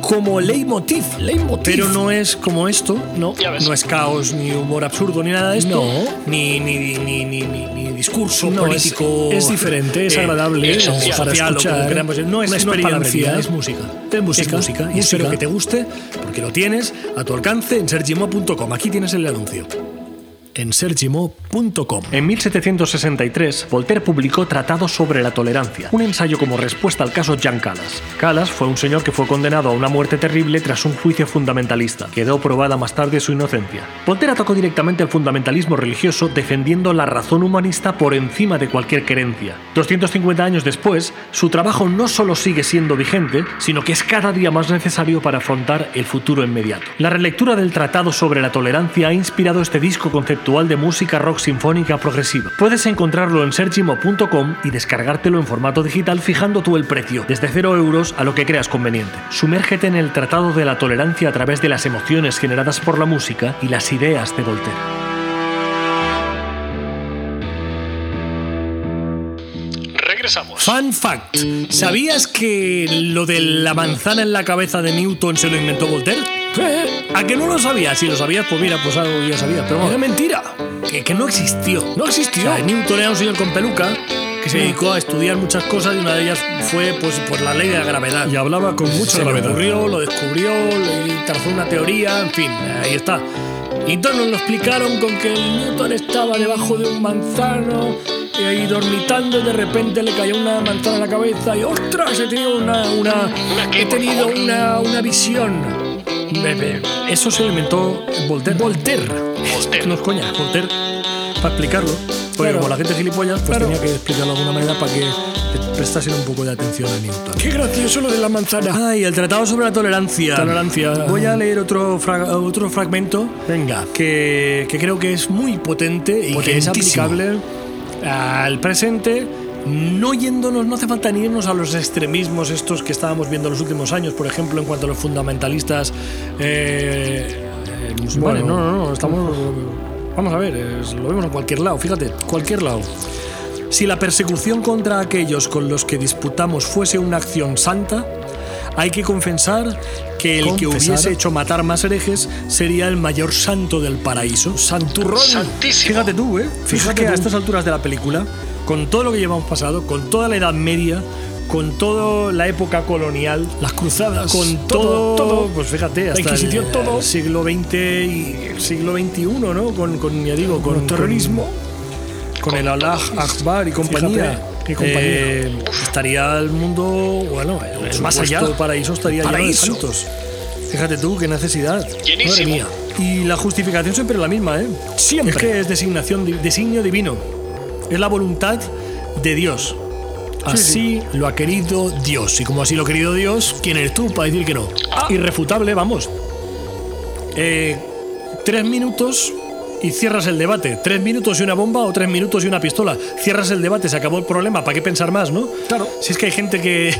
S2: como leitmotiv.
S5: Leitmotiv.
S2: Pero no es como esto, no,
S3: Ya ves.
S2: no es caos, ni humor absurdo, ni nada de esto.
S5: No.
S2: Ni, ni, ni, ni, ni- ni discurso
S5: No, es-
S2: político.
S5: es diferente, es agradable,
S2: eh,
S5: o
S2: social,
S5: para
S2: o como
S5: escuchar,
S2: queramos decir. no es una
S5: una experiencia.
S2: experiencia, es música.
S5: Es música,
S2: Es música. Y espero
S5: música.
S2: que te guste, porque lo tienes a tu alcance en sergimo.com. Aquí tienes el anuncio. En sergimo.com.
S1: En 1763, Voltaire publicó Tratado sobre la tolerancia, un ensayo como respuesta al caso Jean Calas. Calas fue un señor que fue condenado a una muerte terrible tras un juicio fundamentalista. Quedó probada más tarde su inocencia. Voltaire atacó directamente el fundamentalismo religioso defendiendo la razón humanista por encima de cualquier creencia. 250 años después, su trabajo no solo sigue siendo vigente, sino que es cada día más necesario para afrontar el futuro inmediato. La relectura del Tratado sobre la Tolerancia ha inspirado este disco conceptual de música rock sinfónica progresiva. Puedes encontrarlo en sergimo.com y descargártelo en formato digital fijando tú el precio, desde 0 euros a lo que creas conveniente. Sumérgete en el Tratado de la Tolerancia a través de las emociones generadas por la música y las ideas de Voltaire.
S3: Regresamos.
S2: Fun fact. ¿Sabías que lo de la manzana en la cabeza de Newton se lo inventó Voltaire? ¿A que no lo sabías? Si lo sabías, pues mira, pues algo ya sabías. Pero
S5: Era
S2: vamos,
S5: mentira.
S2: que, que no existió.
S5: No
S2: O
S5: existió. Mm.
S2: sea, Newton era un señor con peluca que se
S5: Sí.
S2: dedicó a estudiar muchas cosas y una de ellas fue pues, pues la ley de la gravedad.
S5: Y hablaba con mucha
S2: se le
S5: gravedad.
S2: ocurrió, lo descubrió, le trazó una teoría, en fin, ahí está. Y todos nos lo explicaron con que el Newton estaba debajo de un manzano y ahí dormitando y de repente le cayó una manzana en la cabeza y ¡ostras! He tenido una, una,
S3: Una qué,
S2: he
S3: por
S2: tenido
S3: favor.
S2: una, una visión. Bebé. Eso se lo inventó Voltaire. Voltaire.
S3: Voltaire.
S2: No es coña, Voltaire. Para explicarlo. Porque
S5: Claro.
S2: como la gente es gilipollas, pues
S5: Claro.
S2: tenía que explicarlo de alguna manera para que te prestasen un poco de atención a Newton.
S5: Qué gracioso lo de la manzana.
S2: Ay, el Tratado sobre la Tolerancia.
S5: Tolerancia.
S2: Voy a leer otro, fra- otro fragmento
S5: Venga.
S2: que, que creo que es muy potente y que es
S5: Potentísimo.
S2: aplicable al presente. No yéndonos, no hace falta ni irnos a los extremismos estos que estábamos viendo en los últimos años, por ejemplo, en cuanto a los fundamentalistas eh, eh, musulmanes.
S5: Bueno.
S2: no, no, no, estamos. Vamos a ver, es- lo vemos en cualquier lado, fíjate, cualquier lado. Si la persecución contra aquellos con los que disputamos fuese una acción santa, hay que confesar que el que
S5: Confesar.
S2: hubiese hecho matar más herejes sería el mayor santo del paraíso. Santurrón.
S3: Santísimo.
S2: Fíjate tú, ¿eh? Fíjate
S5: Fíjate
S2: a
S5: tú.
S2: estas alturas de la película, con todo lo que llevamos pasado, con toda la Edad Media, con toda la época colonial,
S5: Las cruzadas.
S2: con todo,
S5: todo.
S2: pues fíjate,
S5: La
S2: hasta
S5: Inquisición,
S2: el,
S5: todo.
S2: el siglo XX y el siglo XXI, ¿no? Con, con ya digo, con,
S5: Con terrorismo.
S2: con, el Allah Akbar y compañía.
S5: Fíjate, y compañía.
S2: Eh, estaría el mundo, bueno, el
S5: Más
S2: supuesto
S5: allá.
S2: paraíso estaría lleno de
S5: Paraíso.
S2: santos. Fíjate tú, qué necesidad.
S3: Llenísimo.
S2: Madre mía. Y la justificación siempre es la misma, ¿eh?
S5: Siempre.
S2: Es que es designación, di- designio divino. Es la voluntad de Dios.
S5: Sí,
S2: Así lo ha querido Dios. Y como así lo ha querido Dios, ¿quién eres tú para decir que no? Irrefutable, vamos. Eh, tres minutos y cierras el debate. Tres minutos y una bomba o tres minutos y una pistola. Cierras el debate, se acabó el problema. ¿Para qué pensar más, no?
S5: Claro.
S2: Si es que hay gente que,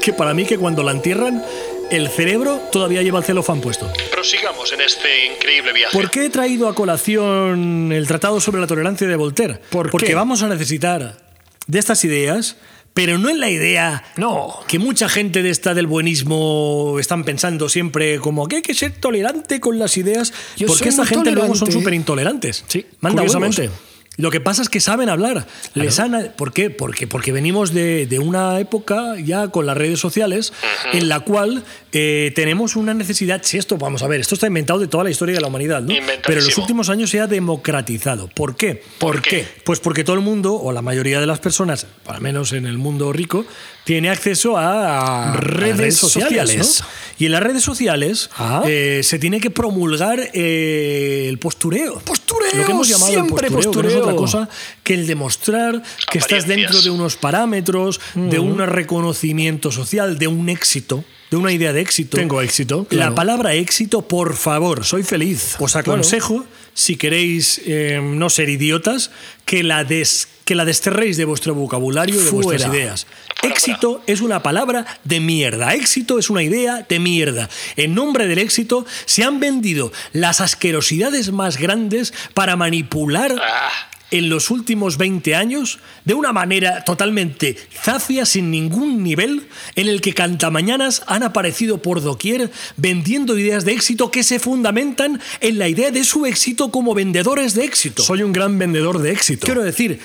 S2: que para mí que cuando la entierran, el cerebro todavía lleva el celofán puesto.
S3: Prosigamos en este increíble viaje.
S2: ¿Por qué he traído a colación el Tratado sobre la Tolerancia de Voltaire?
S5: ¿Por
S2: Porque
S5: qué?
S2: vamos a necesitar de estas ideas, pero no en la idea
S5: No.
S2: que mucha gente de esta del buenismo están pensando siempre como que hay que ser tolerante con las ideas,
S5: Yo
S2: porque
S5: soy
S2: esta
S5: muy
S2: gente luego son
S5: tolerante. ¿eh?
S2: súper intolerantes.
S5: Sí,
S2: manda
S5: curiosamente.
S2: huevos. Lo que pasa es que saben hablar. Les han- ¿Por qué? Porque, porque venimos de, de una época ya con las redes sociales en la cual eh, tenemos una necesidad. Si esto, vamos a ver, esto está inventado de toda la historia de la humanidad, ¿no?
S3: Inventadísimo.
S2: Pero en los últimos años se ha democratizado. ¿Por qué?
S3: ¿Por qué?
S2: Pues porque todo el mundo, o la mayoría de las personas, al menos en el mundo rico, tiene acceso a, a redes,
S5: redes
S2: sociales.
S5: sociales.
S2: ¿no? Y en las redes sociales
S5: Ah.
S2: eh, se tiene que promulgar eh, el postureo.
S5: Postureo,
S2: Lo que hemos llamado
S5: siempre
S2: el postureo, que no es
S5: postureo.
S2: otra cosa que el demostrar que estás
S3: Apariencias.
S2: dentro de unos parámetros, de
S5: Mm.
S2: un reconocimiento social, de un éxito, de una idea de éxito.
S5: Tengo éxito,
S2: La
S5: claro.
S2: palabra éxito, por favor, soy feliz. Os aconsejo, si queréis eh, no ser idiotas, que la des- que la desterréis de vuestro vocabulario y de vuestras
S5: Fuera.
S2: ideas.
S3: Fuera,
S2: éxito es una palabra de mierda. Éxito es una idea de mierda. En nombre del éxito se han vendido las asquerosidades más grandes para manipular
S3: Ah,
S2: en los últimos 20 años de una manera totalmente zafia, sin ningún nivel, en el que cantamañanas han aparecido por doquier vendiendo ideas de éxito que se fundamentan en la idea de su éxito como vendedores de éxito.
S5: Soy un gran vendedor de éxito.
S2: Quiero decir,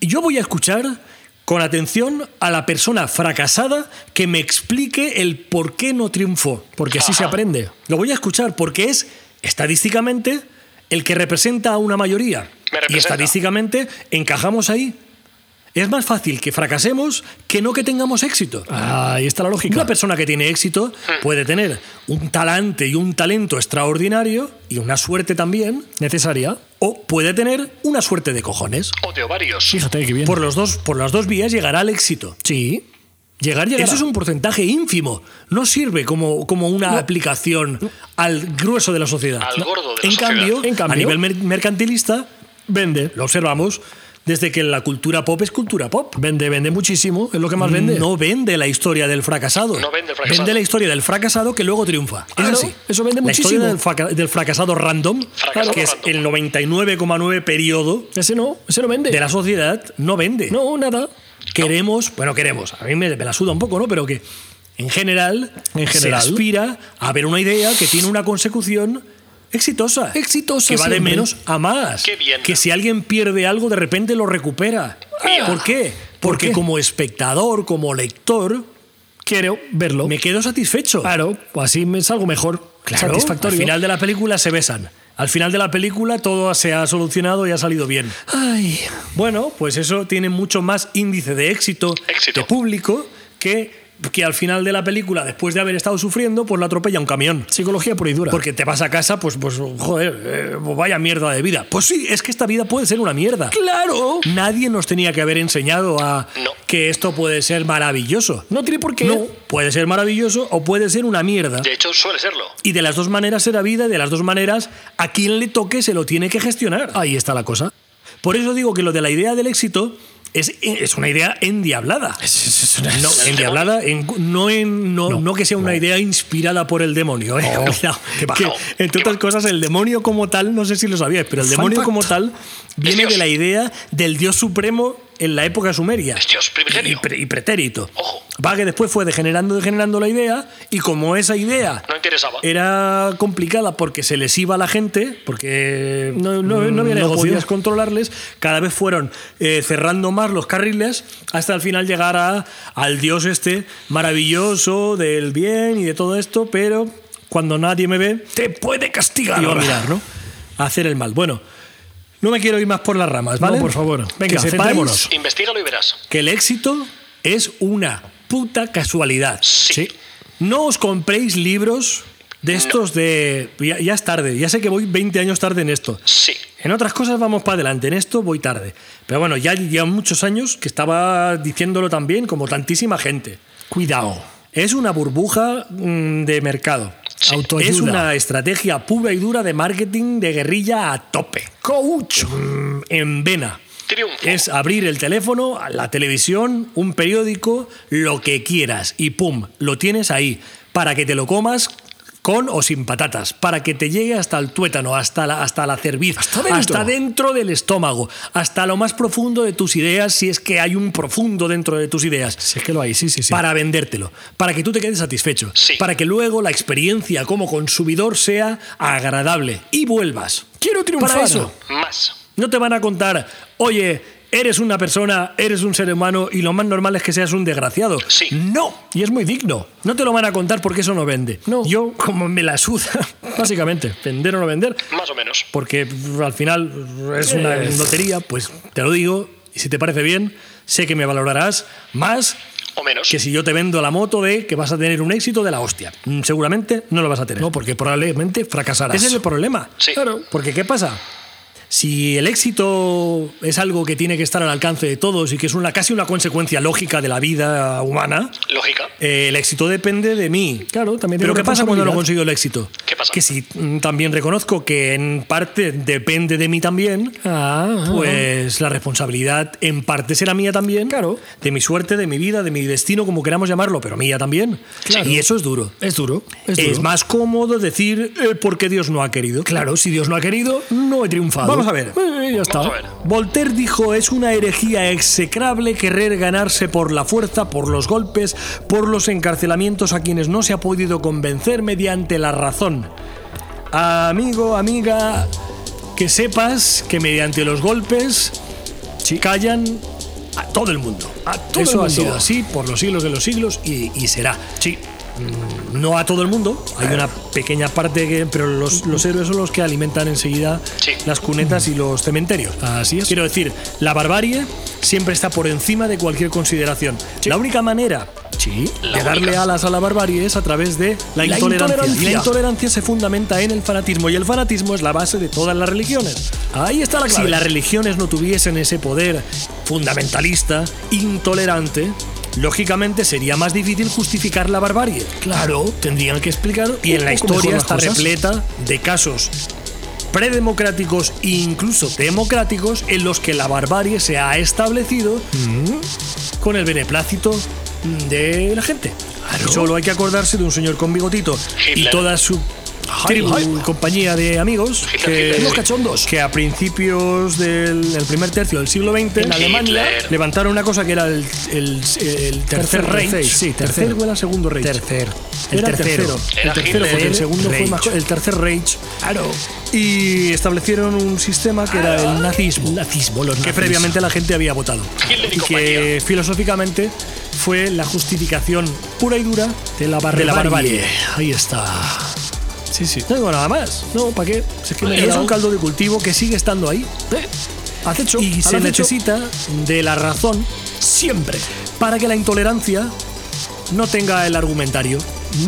S2: yo voy a escuchar con atención a la persona fracasada que me explique el por qué no triunfó, porque así se aprende. Lo voy a escuchar porque es estadísticamente el que representa a una mayoría.
S3: Me representa.
S2: Y estadísticamente encajamos ahí. Es más fácil que fracasemos que no que tengamos éxito.
S5: Ah, ahí está la lógica.
S2: Una persona que tiene éxito
S3: Hmm.
S2: puede tener un talante y un talento extraordinario y una suerte también,
S5: necesaria.
S2: o puede tener una suerte de cojones.
S3: O de ovarios.
S5: Fíjate que bien.
S2: Por, los dos, por las dos vías llegará al éxito.
S5: Sí. Llegar, llegar.
S2: Eso es un porcentaje ínfimo. No sirve como, como una aplicación al grueso de la sociedad.
S3: Al
S2: No.
S3: gordo de la
S2: en
S3: sociedad.
S2: Cambio,
S5: En cambio-
S2: a nivel mer- mercantilista, vende. Lo observamos desde que la cultura pop es cultura pop.
S5: Vende, vende muchísimo. Es lo que más vende.
S2: No vende la historia del fracasado.
S3: No vende el fracasado.
S2: Vende la historia del fracasado que luego triunfa. Es
S5: Claro,
S2: así.
S5: Ah, eso vende
S2: la
S5: muchísimo.
S2: historia del, fraca- del fracasado random,
S3: Fracasado
S2: que es
S3: random.
S2: el 99,9 periodo
S5: Ese no. Ese no vende.
S2: de la sociedad, no vende.
S5: No, nada.
S2: Queremos, bueno, queremos, a mí me, me la suda un poco, ¿no? Pero que en general,
S5: En general.
S2: se aspira a ver una idea que tiene una consecución exitosa.
S5: Exitosa
S2: Que va de
S5: siempre.
S2: menos a más.
S3: Qué bien.
S2: Que si alguien pierde algo, de repente lo recupera.
S3: Mío.
S2: ¿Por qué? Porque
S5: qué?
S2: como espectador, como lector,
S5: Quiero verlo.
S2: me quedo satisfecho.
S5: Claro. Así me salgo mejor.
S2: Claro,
S5: Satisfactorio.
S2: Al final de la película se besan. Al final de la película todo se ha solucionado y ha salido bien.
S5: Ay.
S2: Bueno, pues eso tiene mucho más índice de éxito,
S3: Éxito.
S2: de público que que al final de la película, después de haber estado sufriendo, pues la atropella un camión.
S5: Psicología pura y dura.
S2: Porque te vas a casa, pues, pues joder, eh, pues vaya mierda de vida. Pues sí, es que esta vida puede ser una mierda.
S5: Claro.
S2: Nadie nos tenía que haber enseñado a
S3: No.
S2: que esto puede ser maravilloso.
S5: No tiene por qué.
S2: No, puede ser maravilloso o puede ser una mierda.
S3: De hecho, suele serlo.
S2: Y de las dos maneras será vida, y de las dos maneras a quien le toque se lo tiene que gestionar.
S5: Ahí está la cosa.
S2: Por eso digo que lo de la idea del éxito es, es una idea endiablada. No, endiablada, en- no, en- no, no que sea una idea inspirada por el demonio. ¿eh?
S5: No,
S2: Cuidado,
S5: qué va.
S2: que,
S3: No, qué
S2: entre otras
S3: va.
S2: cosas, el demonio como tal, no sé si lo sabíais, pero el
S5: Fun
S2: demonio
S5: fact.
S2: como tal viene
S3: Dios.
S2: de la idea del dios supremo en la época sumeria.
S3: Es Dios primigenio.
S2: Y, pre- y pretérito.
S3: Ojo.
S2: Va que después fue degenerando, degenerando la idea, y como esa idea
S3: No interesaba.
S2: Eh. era complicada porque se les iba a la gente, porque no, no- no había
S5: Mm, No
S2: negocio.
S5: podías
S2: controlarles, cada vez fueron eh, cerrando más los carriles hasta al final llegar a- al dios este maravilloso del bien y de todo esto, pero cuando nadie me ve,
S5: Te puede castigar.
S2: iba a mirar, ¿no? A hacer el mal. Bueno, no me quiero ir más por las ramas, ¿vale?
S5: por favor.
S2: Venga,
S5: Que sepáis-
S2: centrémonos
S3: Investígalo y verás.
S2: que el éxito es una puta casualidad.
S3: Sí.
S2: No os compréis libros de estos de... Ya, ya es tarde, ya sé que voy 20 años tarde en esto.
S3: Sí.
S2: En otras cosas vamos para adelante, en esto voy tarde. Pero bueno, ya llevan muchos años que estaba diciéndolo también, como tantísima gente.
S5: Cuidado.
S2: Es una burbuja mm, de mercado.
S5: Autoayuda.
S2: Es una estrategia pura y dura de marketing de guerrilla a tope.
S5: Coach.
S2: Mm, En vena.
S3: Triunfo.
S2: Es abrir el teléfono, la televisión, un periódico, lo que quieras y pum, lo tienes ahí para que te lo comas con o sin patatas, para que te llegue hasta el tuétano, hasta la, hasta la cerviz,
S5: Hasta dentro.
S2: dentro del estómago, hasta lo más profundo de tus ideas, si es que hay un profundo dentro de tus ideas
S5: Si es que lo hay, sí, sí, sí.
S2: para vendértelo, para que tú te quedes satisfecho,
S3: Sí.
S2: para que luego la experiencia como consumidor sea agradable y vuelvas.
S5: Quiero triunfar.
S2: Para eso,
S3: Más.
S2: no te van a contar, oye, eres una persona, eres un ser humano y lo más normal es que seas un desgraciado.
S3: Sí.
S2: No, y es muy digno. No te lo van a contar porque eso no vende.
S5: No.
S2: Yo, como me la suda, básicamente, vender o no vender,
S3: Más o menos.
S2: porque pff, al final pff, es una
S5: Eh.
S2: lotería, pues te lo digo, y si te parece bien, sé que me valorarás más
S3: O menos.
S2: que si yo te vendo la moto de que vas a tener un éxito de la hostia. Mm, Seguramente no lo vas a tener.
S5: No, porque probablemente fracasarás.
S2: Ese es el problema.
S3: Sí.
S2: Claro. Porque ¿qué pasa? Si el éxito es algo que tiene que estar al alcance de todos y que es una, casi una consecuencia lógica de la vida humana,
S3: Lógica.
S2: eh, el éxito depende de mí.
S5: Claro, también tiene
S2: Pero ¿qué pasa cuando no consigo
S5: responsabilidad.
S2: el éxito?
S3: ¿Qué pasa?
S2: Que si mm, también reconozco que en parte depende de mí también,
S5: Ah,
S2: pues la responsabilidad en parte será mía también.
S5: Claro.
S2: De mi suerte, de mi vida, de mi destino, como queramos llamarlo, pero mía también.
S5: Claro.
S2: Y eso es duro.
S5: es duro. Es,
S2: Es,
S5: duro.
S2: más cómodo decir eh, porque Dios no ha querido.
S5: Claro, si Dios no ha querido, no he triunfado.
S2: Vamos Vamos a ver.
S5: Eh, ya está.
S3: Vamos a ver.
S2: Voltaire dijo es una herejía execrable querer ganarse por la fuerza, por los golpes, por los encarcelamientos a quienes no se ha podido convencer mediante la razón. Amigo, amiga, que sepas que mediante los golpes callan a todo el mundo.
S5: A todo
S2: Eso
S5: el
S2: ha sido
S5: mundo.
S2: así por los siglos de los siglos y, y será. Sí. No a todo el mundo, hay una pequeña parte que. Pero los, los héroes son los que alimentan enseguida
S3: Sí.
S2: las cunetas y los cementerios. Así es. Quiero decir, la barbarie siempre está por encima de cualquier consideración. La única manera
S3: La
S2: de darle
S3: única.
S2: alas a la barbarie es a través de la,
S5: La
S2: intolerancia.
S5: intolerancia.
S2: Y la intolerancia se fundamenta en el fanatismo, y el fanatismo es la base de todas las religiones. Ahí está la clave. Si las religiones no tuviesen ese poder fundamentalista, intolerante, lógicamente sería más difícil justificar la barbarie.
S5: Claro, tendrían que explicar.
S2: Y en la
S5: un poco
S2: historia
S5: mejor las
S2: está
S5: cosas.
S2: repleta de casos predemocráticos e incluso democráticos en los que la barbarie se ha establecido
S5: Mm.
S2: con el beneplácito de la gente. Solo hay que acordarse de un señor con bigotito y
S3: Hitler.
S2: toda su tribu
S5: ay.
S2: compañía de amigos
S3: Hitler,
S2: que,
S3: Hitler.
S5: Los cachondos.
S2: que a principios del el primer tercio del siglo XX en Alemania
S3: Hitler.
S2: levantaron una cosa que era el, el- el tercer,
S5: Tercer
S2: Reich.
S5: Reich, sí,
S2: ¿El
S5: tercer.
S2: o era segundo Reich?
S5: Tercer.
S2: El
S5: Era
S2: tercero.
S5: tercero.
S2: El
S3: Era
S2: tercero, porque
S3: Hitler,
S2: el segundo fue
S5: Reich.
S2: más- el tercer Reich.
S5: Claro.
S2: Y establecieron un sistema que era el nazismo,
S5: Nazismo, los
S2: que
S5: nazis.
S2: previamente la gente había votado.
S3: Hitler y
S2: Y que
S3: compañía.
S2: filosóficamente fue la justificación pura y dura de la barbarie.
S5: de la barbarie. Ahí está.
S2: Sí, sí. No digo nada más. No, ¿para qué? Si es que me he
S5: Claro.
S2: quedado un caldo de cultivo que sigue estando ahí.
S5: Eh, Has hecho.
S2: Y
S5: has
S2: se
S5: hecho
S2: necesita de la razón
S5: siempre.
S2: para que la intolerancia no tenga el argumentario.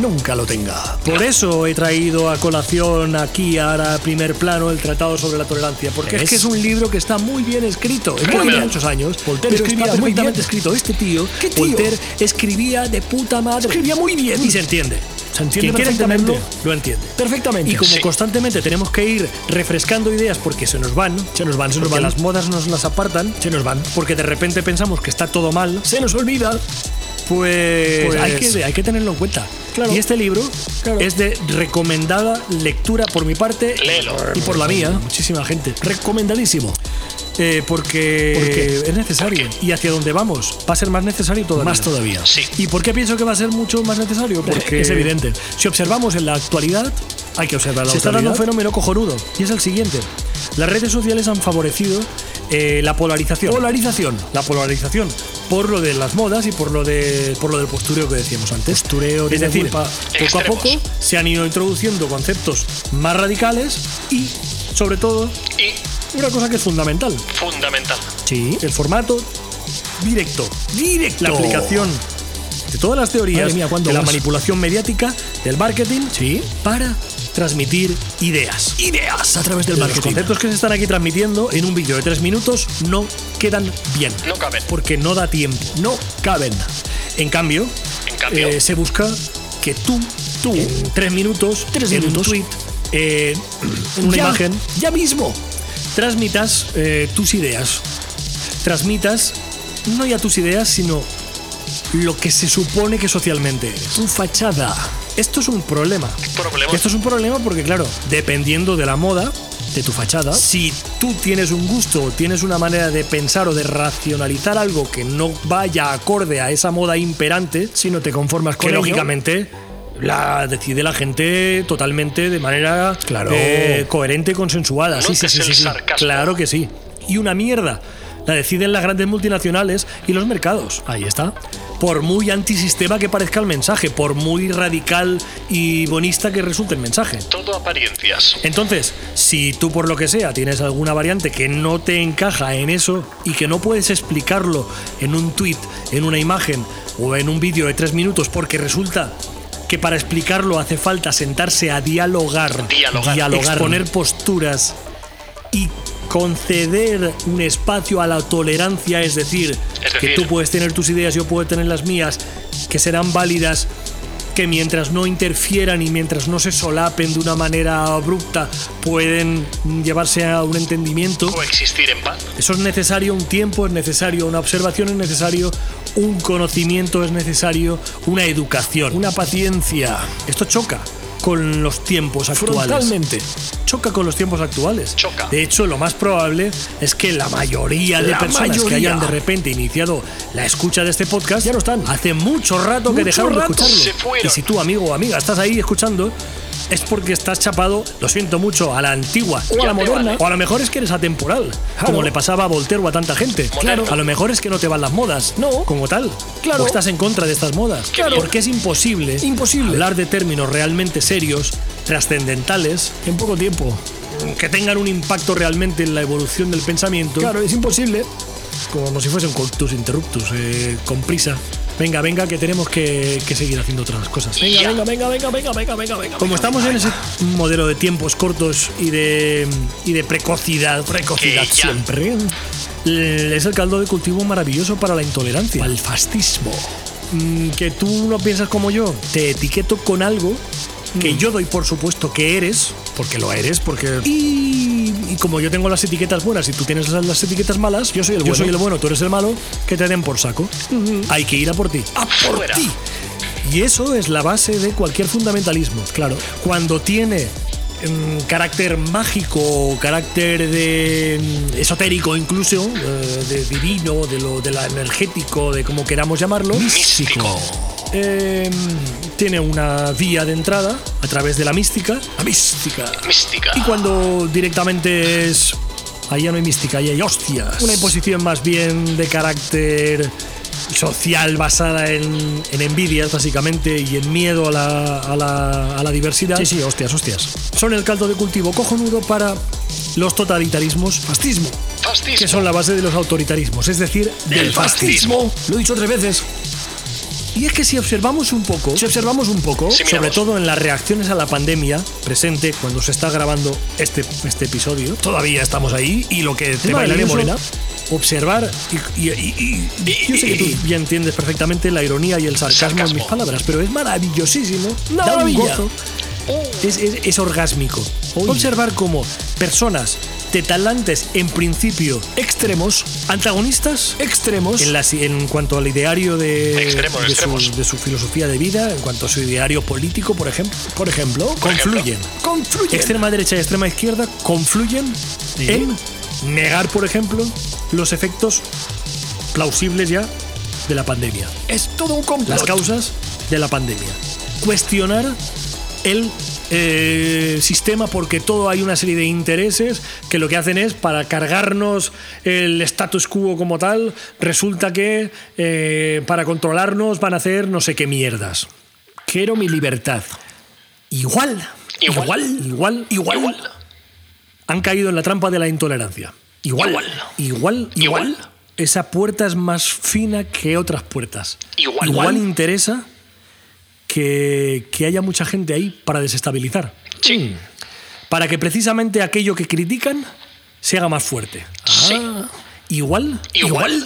S5: Nunca lo tenga.
S2: Por eso he traído a colación aquí ahora a primer plano el Tratado sobre la Tolerancia, porque es
S5: ¿Ves?
S2: que es un libro que está muy bien escrito, es
S3: Claro,
S2: muy de
S3: claro.
S2: muchos años,
S5: Voltaire
S2: pero
S5: escribía
S2: está
S5: muy
S2: perfectamente
S5: bien.
S2: escrito. Este tío,
S5: ¿Qué tío?
S2: Voltaire, escribía de puta madre.
S5: Escribía muy bien.
S2: Y se entiende.
S5: Se entiende
S2: Quien quiere
S5: perfectamente.
S2: entenderlo, lo entiende.
S5: Perfectamente.
S2: Y como
S3: Sí.
S2: constantemente tenemos que ir refrescando ideas porque se nos van, se nos van, se nos
S5: van.
S2: las modas nos las apartan, se nos van, porque de repente pensamos que está todo mal,
S5: se nos olvida.
S2: pues,
S5: Pues-
S2: hay, que, hay que tenerlo en cuenta.
S5: Claro.
S2: Y este libro
S5: Claro.
S2: es de recomendada lectura por mi parte
S3: Léelo.
S2: y por la mía, muchísima gente.
S5: Recomendadísimo.
S2: Eh, porque
S5: ¿Por qué?
S2: es necesario. Y hacia dónde vamos va a ser más necesario todavía.
S5: Más todavía.
S3: Sí.
S2: ¿Y por qué pienso que va a ser mucho más necesario? Porque
S5: Es evidente.
S2: Si observamos en la actualidad,
S5: Hay que observar la
S2: se está
S5: autoridad.
S2: dando un fenómeno cojonudo. Y es el siguiente. Las redes sociales han favorecido eh, la polarización.
S5: Polarización.
S2: la polarización por lo de las modas y por lo de por lo del postureo que decíamos antes.
S5: Postureo,
S2: es
S5: orina,
S2: decir,
S5: culpa.
S2: poco a
S3: Extremos.
S2: poco se han ido introduciendo conceptos más radicales y sobre todo
S3: Y
S2: una cosa que es fundamental,
S3: fundamental.
S5: Sí.
S2: el formato directo,
S5: Directo.
S2: la aplicación de todas las teorías
S5: Madre mía, ¿cuándo
S2: de la
S5: vas?
S2: manipulación mediática, del marketing
S5: Sí.
S2: para transmitir ideas.
S5: Ideas a través del
S2: Los
S5: marketing.
S2: conceptos que se están aquí transmitiendo en un vídeo de tres minutos no quedan bien.
S3: No caben.
S2: Porque no da tiempo.
S5: No caben.
S2: En cambio,
S3: En cambio.
S2: eh, se busca que tú, tú, en tres minutos,
S5: Tres
S2: en
S5: minutos.
S2: un tweet, eh, una
S5: Ya-
S2: imagen,
S5: Ya mismo.
S2: transmitas eh, tus ideas. Transmitas no ya tus ideas, sino lo que se supone que socialmente eres.
S5: Tu fachada.
S2: Esto es un problema.
S3: Problema.
S2: Esto es un problema porque, claro, dependiendo de la moda,
S5: De tu fachada.
S2: si tú tienes un gusto o tienes una manera de pensar o de racionalizar algo que no vaya acorde a esa moda imperante,
S5: Si no te conformas con
S2: que
S5: ello,
S2: lógicamente la decide la gente totalmente de manera
S5: Claro.
S2: eh, coherente y consensuada. Sí, sí,
S3: Notes
S2: sí, sí,
S3: el
S2: sí.
S3: sarcasmo.
S2: Claro que sí. Y una mierda. La deciden las grandes multinacionales y los mercados.
S5: Ahí está.
S2: Por muy antisistema que parezca el mensaje, por muy radical y bonista que resulte el mensaje.
S3: Todo apariencias.
S2: Entonces, si tú por lo que sea tienes alguna variante que no te encaja en eso y que no puedes explicarlo en un tweet, en una imagen o en un vídeo de tres minutos porque resulta que para explicarlo hace falta sentarse a dialogar,
S3: Dialogar.
S2: exponer posturas y conceder un espacio a la tolerancia, es decir,
S3: Es
S2: que
S3: decir-
S2: tú puedes tener tus ideas, yo puedo tener las mías, que serán válidas, que mientras no interfieran y mientras no se solapen de una manera abrupta, pueden llevarse a un entendimiento.
S3: Coexistir en paz.
S2: Eso es necesario un tiempo, es necesario una observación, es necesario un conocimiento, es necesario una educación.
S5: Una paciencia.
S2: Esto choca. con los tiempos actuales.
S5: Frontalmente.
S2: Choca con los tiempos actuales.
S3: Choca.
S2: De hecho, lo más probable es que la mayoría de
S5: La
S2: personas que
S5: mayoría.
S2: hayan de repente iniciado la escucha de este podcast
S5: Ya no están.
S2: Hace mucho rato que
S5: Mucho
S2: dejaron de
S5: rato.
S2: escucharlo.
S3: Se fueron.
S2: Y si tú, amigo o amiga, estás ahí escuchando, es porque estás chapado, lo siento mucho, a la antigua o
S3: Ya
S2: a la
S3: te
S2: moderna.
S3: vale.
S2: O a lo mejor es que eres atemporal, como le pasaba a Voltaire o a tanta gente.
S3: Moderno.
S2: A lo mejor es que no te van las modas.
S5: No.
S2: Como tal.
S5: Claro.
S2: O estás en contra de estas modas.
S3: Claro.
S2: Porque es imposible,
S5: Imposible.
S2: hablar de términos realmente serios, trascendentales,
S5: En poco tiempo.
S2: que tengan un impacto realmente en la evolución del pensamiento.
S5: Claro, es imposible.
S2: Como si fuese un cultus interruptus, eh, con prisa. Venga, venga, que tenemos que, que seguir haciendo otras cosas.
S5: Venga,
S3: Ya.
S5: venga, venga, venga, venga, venga, venga, venga.
S2: Como estamos en ese modelo de tiempos cortos y de, y de precocidad,
S3: Que ya.
S2: siempre, l- es el caldo de cultivo maravilloso para la intolerancia.
S5: Al fascismo.
S2: Mm, Que tú no piensas como yo, te etiqueto con algo que yo doy por supuesto que eres, porque lo eres, porque... Y, y como yo tengo las etiquetas buenas y tú tienes las, las etiquetas malas, yo soy el
S5: bueno.
S2: soy el bueno, tú eres el malo, que te den por saco. Hay que ir a por ti.
S5: A por
S3: Fuera.
S5: ti.
S2: Y eso es la base de cualquier fundamentalismo. Claro, cuando tiene mm, carácter mágico, o carácter de mm, esotérico incluso, eh, de divino, de lo de la energético, de como queramos llamarlo,
S3: Místico.
S2: eh, tiene una vía de entrada a través de la mística.
S5: La mística.
S3: Mística.
S2: Y cuando directamente es. Ahí ya no hay mística, ahí hay hostias. Una imposición más bien de carácter social basada en, en envidias, básicamente, y en miedo a la, a la- a la diversidad.
S5: Sí, sí, hostias, hostias.
S2: Son el caldo de cultivo cojonudo para los totalitarismos,
S5: Fascismo.
S2: que
S3: Fascismo.
S2: son la base de los autoritarismos, es decir, del
S3: Del
S2: fascismo.
S3: fascismo.
S5: Lo he dicho tres veces.
S2: Y es que si observamos un poco,
S5: Si observamos un poco.
S3: Sí,
S2: sobre
S3: miramos.
S2: todo en las reacciones a la pandemia presente cuando se está grabando este, este episodio,
S5: Todavía estamos ahí y lo que te
S2: Tema
S5: bailaré
S2: del uso,
S5: morena.
S2: Observar y, y- y- y- yo sé que tú ya entiendes perfectamente la ironía y el sarcasmo, en
S3: Sarcasmo.
S2: mis palabras, pero es maravillosísimo, da un
S5: Maravilla.
S2: gozo, es, es- es orgásmico. Observar cómo personas de talantes en principio
S5: Extremos.
S2: antagonistas
S5: Extremos.
S2: en, las- en cuanto al ideario de,
S3: Extremos,
S2: de, su,
S3: extremos.
S2: de su filosofía de vida, en cuanto a su ideario político, por ejemplo,
S5: Por ejemplo.
S2: confluyen.
S5: Confluyen.
S2: Extrema derecha y extrema izquierda confluyen en negar, por ejemplo, los efectos plausibles ya de la pandemia,
S5: Es todo un complot.
S2: las causas de la pandemia. Cuestionar el eh, sistema porque todo hay una serie de intereses que lo que hacen es para cargarnos el status quo como tal, resulta que eh, para controlarnos van a hacer no sé qué mierdas.
S5: Quiero mi libertad.
S2: Igual,
S3: Igual.
S2: igual, igual,
S3: Igual.
S2: han caído en la trampa de la intolerancia. Igual,
S3: Igual.
S2: igual,
S3: Igual.
S2: Esa puerta es más fina que otras puertas.
S3: Igual.
S2: interesa que, que haya mucha gente ahí para desestabilizar.
S3: Sí.
S2: Para que precisamente aquello que critican se haga más fuerte. Ah,
S3: Sí.
S2: Igual,
S3: Igual.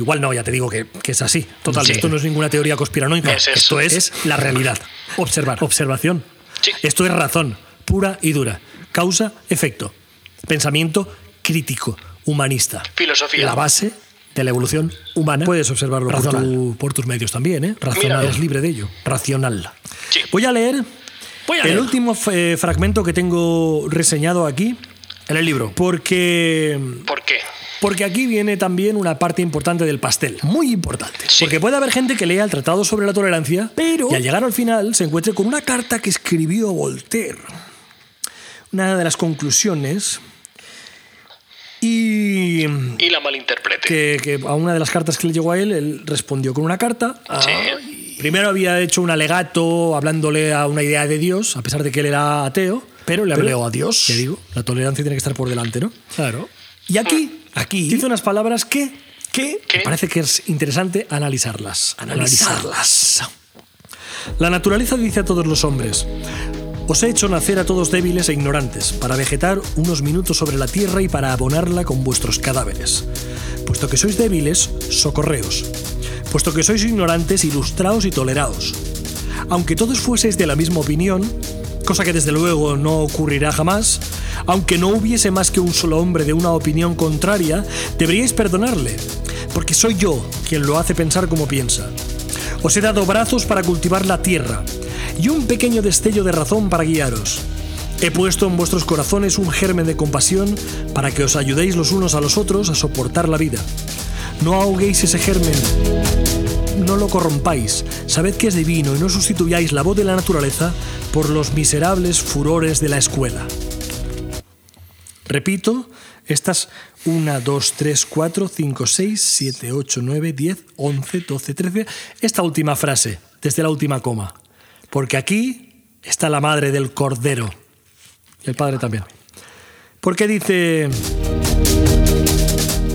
S2: Igual no, ya te digo que, que es así. Total,
S3: Sí.
S2: esto no es ninguna teoría conspiranoica.
S3: Es
S2: esto
S3: eso.
S2: es, la realidad. Observar. Observación.
S3: Sí.
S2: Esto es razón, pura y dura. Causa, efecto. Pensamiento crítico, humanista.
S3: Filosofía.
S2: La base de la evolución humana. Puedes observarlo por,
S5: Racional.
S2: tu- por tus medios también, ¿eh? Racional.
S3: Míralo.
S2: Es libre de ello. Racional.
S3: Sí.
S2: Voy a leer
S5: Voy a
S2: el
S5: leer.
S2: último eh, fragmento que tengo reseñado aquí,
S5: En el libro.
S2: porque
S3: ¿Por qué?
S2: porque aquí viene también una parte importante del pastel. Muy importante.
S3: Sí.
S2: Porque puede haber gente que lea el Tratado sobre la Tolerancia,
S5: Pero-
S2: y al llegar al final se encuentre con una carta que escribió Voltaire. Una de las conclusiones. Y
S3: Y la malinterprete.
S2: que, que a una de las cartas que le llegó a él, él respondió con una carta.
S3: Sí.
S2: Primero había hecho un alegato hablándole a una idea de Dios, a pesar de que él era ateo. Pero le
S5: Pero,
S2: a Dios. Te digo, la tolerancia tiene que estar por delante, ¿no?
S5: Claro.
S2: Y aquí,
S5: Aquí-
S2: dice unas palabras que, que
S3: ¿Qué?
S2: me parece que es interesante analizarlas.
S5: Analizarlas.
S2: La naturaleza dice a todos los hombres, os he hecho nacer a todos débiles e ignorantes, para vegetar unos minutos sobre la tierra y para abonarla con vuestros cadáveres. Puesto que sois débiles, socorreos. Puesto que sois ignorantes, ilustraos y toleraos. Aunque todos fueseis de la misma opinión, cosa que desde luego no ocurrirá jamás, aunque no hubiese más que un solo hombre de una opinión contraria, deberíais perdonarle, porque soy yo quien lo hace pensar como piensa. Os he dado brazos para cultivar la tierra y un pequeño destello de razón para guiaros. He puesto en vuestros corazones un germen de compasión para que os ayudéis los unos a los otros a soportar la vida. No ahoguéis ese germen, no lo corrompáis, sabed que es divino y no sustituyáis la voz de la naturaleza por los miserables furores de la escuela. Repito, estas 1, 2, 3, 4, 5, 6, 7, 8, 9, 10, 11, 12, 13. Esta última frase, desde la última coma. Porque aquí está la madre del cordero. Y el padre también. Porque dice...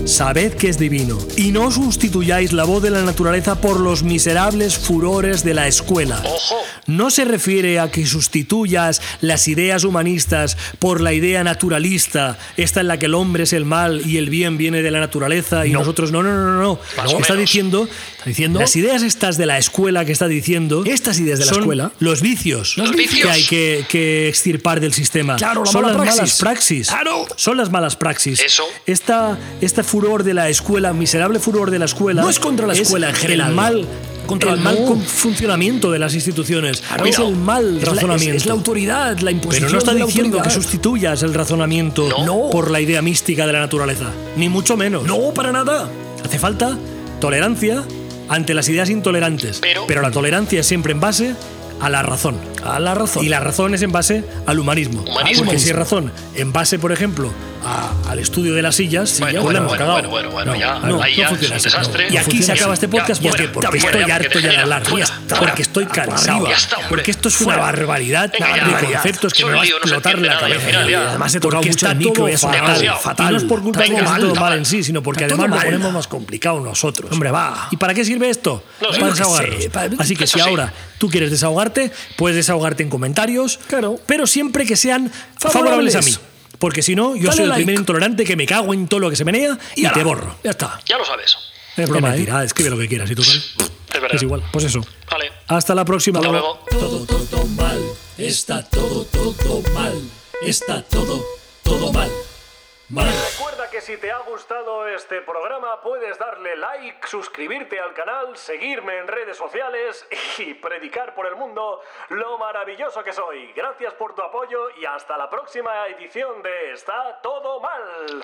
S2: Sabed que es divino y no sustituyáis la voz de la naturaleza por los miserables furores de la escuela.
S3: Ojo.
S2: No se refiere a que sustituyas las ideas humanistas por la idea naturalista, esta en la que el hombre es el mal y el bien viene de la naturaleza y nosotros no, no, no, no. no.
S3: Más o
S2: Está
S3: menos.
S2: diciendo,
S5: diciendo-
S2: las ideas estas de la escuela que está diciendo,
S5: Estas ideas de la
S2: son
S5: escuela.
S2: los vicios,
S3: Los
S2: que
S3: vicios.
S2: hay que, que extirpar del sistema.
S5: Claro, la
S2: son
S5: mala
S2: las
S5: praxis.
S2: malas praxis.
S5: Claro.
S2: Son las malas praxis.
S3: Eso.
S2: Esta, este furor de la escuela, miserable furor de la escuela.
S5: No es contra la escuela en general.
S2: El mal,
S5: Contra
S2: el
S5: la-
S2: mal
S5: no.
S2: con- funcionamiento de las instituciones.
S5: Claro.
S2: es el mal
S5: Ah, Es la-
S2: razonamiento.
S5: es- es la autoridad, la
S2: Pero
S5: imposición
S2: no está
S5: de la
S2: diciendo que
S5: autoridad.
S2: sustituyas el razonamiento
S5: No.
S2: por la idea mística de la naturaleza. Ni mucho menos.
S5: No, para nada.
S2: Hace falta tolerancia ante las ideas intolerantes.
S3: Pero-
S2: la tolerancia es siempre en base a la razón.
S5: A la razón.
S2: Y la razón es en base al humanismo.
S3: Humanismo.
S2: Porque si es razón, en base, por ejemplo, a- al estudio de las sillas, sí,
S3: Bueno,
S2: ya
S3: bueno,
S2: la hemos
S3: bueno,
S2: cagado.
S3: bueno, bueno, bueno,
S2: No,
S3: ya,
S2: no,
S3: ahí
S2: no
S3: ya es
S2: funciona
S3: un
S2: así.
S3: desastre.
S2: Y aquí se
S5: funciona
S2: acaba
S5: así.
S2: este podcast
S3: Ya,
S2: porque,
S3: fuera,
S2: porque
S3: fuera,
S2: estoy
S3: ya,
S2: harto
S3: porque
S2: ya de
S3: genera,
S2: hablar.
S3: fuera,
S2: Hasta-
S3: fuera.
S2: porque estoy cansado.
S3: Ya está, hombre.
S2: porque esto es una
S5: Fuera.
S2: barbaridad
S3: Venga,
S2: de
S3: ya, barbaridad.
S2: conceptos que
S3: Es un
S2: me va a
S3: lío, no se
S2: explotar
S3: entiende
S2: la
S3: nada, y al
S2: cabeza.
S3: final ya-
S2: además he tocado
S5: Porque
S2: mucho
S5: está
S2: el micro
S5: todo
S2: y es
S5: fatal,
S2: fatal,
S5: fatal.
S2: Y no es por culpa de
S3: Venga,
S2: que sea todo
S3: está
S2: mal
S3: mal.
S2: en sí, sino porque
S5: Está
S2: además lo
S5: todo mal.
S2: ponemos más complicado nosotros.
S5: Hombre, va.
S2: ¿Y para qué sirve esto?
S3: No sé.
S2: Para
S3: Yo qué
S2: desahogarnos.
S5: sé, para-
S2: Así que
S3: Eso
S2: si
S3: sí.
S2: ahora tú quieres desahogarte, puedes desahogarte en comentarios,
S5: Claro.
S2: pero siempre que sean
S5: Favorables.
S2: favorables, a mí. Porque si no, yo
S5: Dale
S2: soy el
S5: like.
S2: primer intolerante que me cago en todo lo que se menea y, te
S5: ala.
S2: borro.
S5: Ya está.
S3: Ya lo sabes.
S2: Es
S5: broma, ¿eh?
S2: mentira, escribe lo que quieras y total.
S3: Es verdad.
S2: Es igual. Pues eso.
S3: Vale.
S2: Hasta la próxima.
S3: Hasta luego.
S2: Todo, todo mal. Está todo, todo mal. Está todo, todo mal. Mal.
S1: Recuerda que si te ha gustado este programa puedes darle like, suscribirte al canal, seguirme en redes sociales y predicar por el mundo lo maravilloso que soy. Gracias por tu apoyo y hasta la próxima edición de Está todo mal.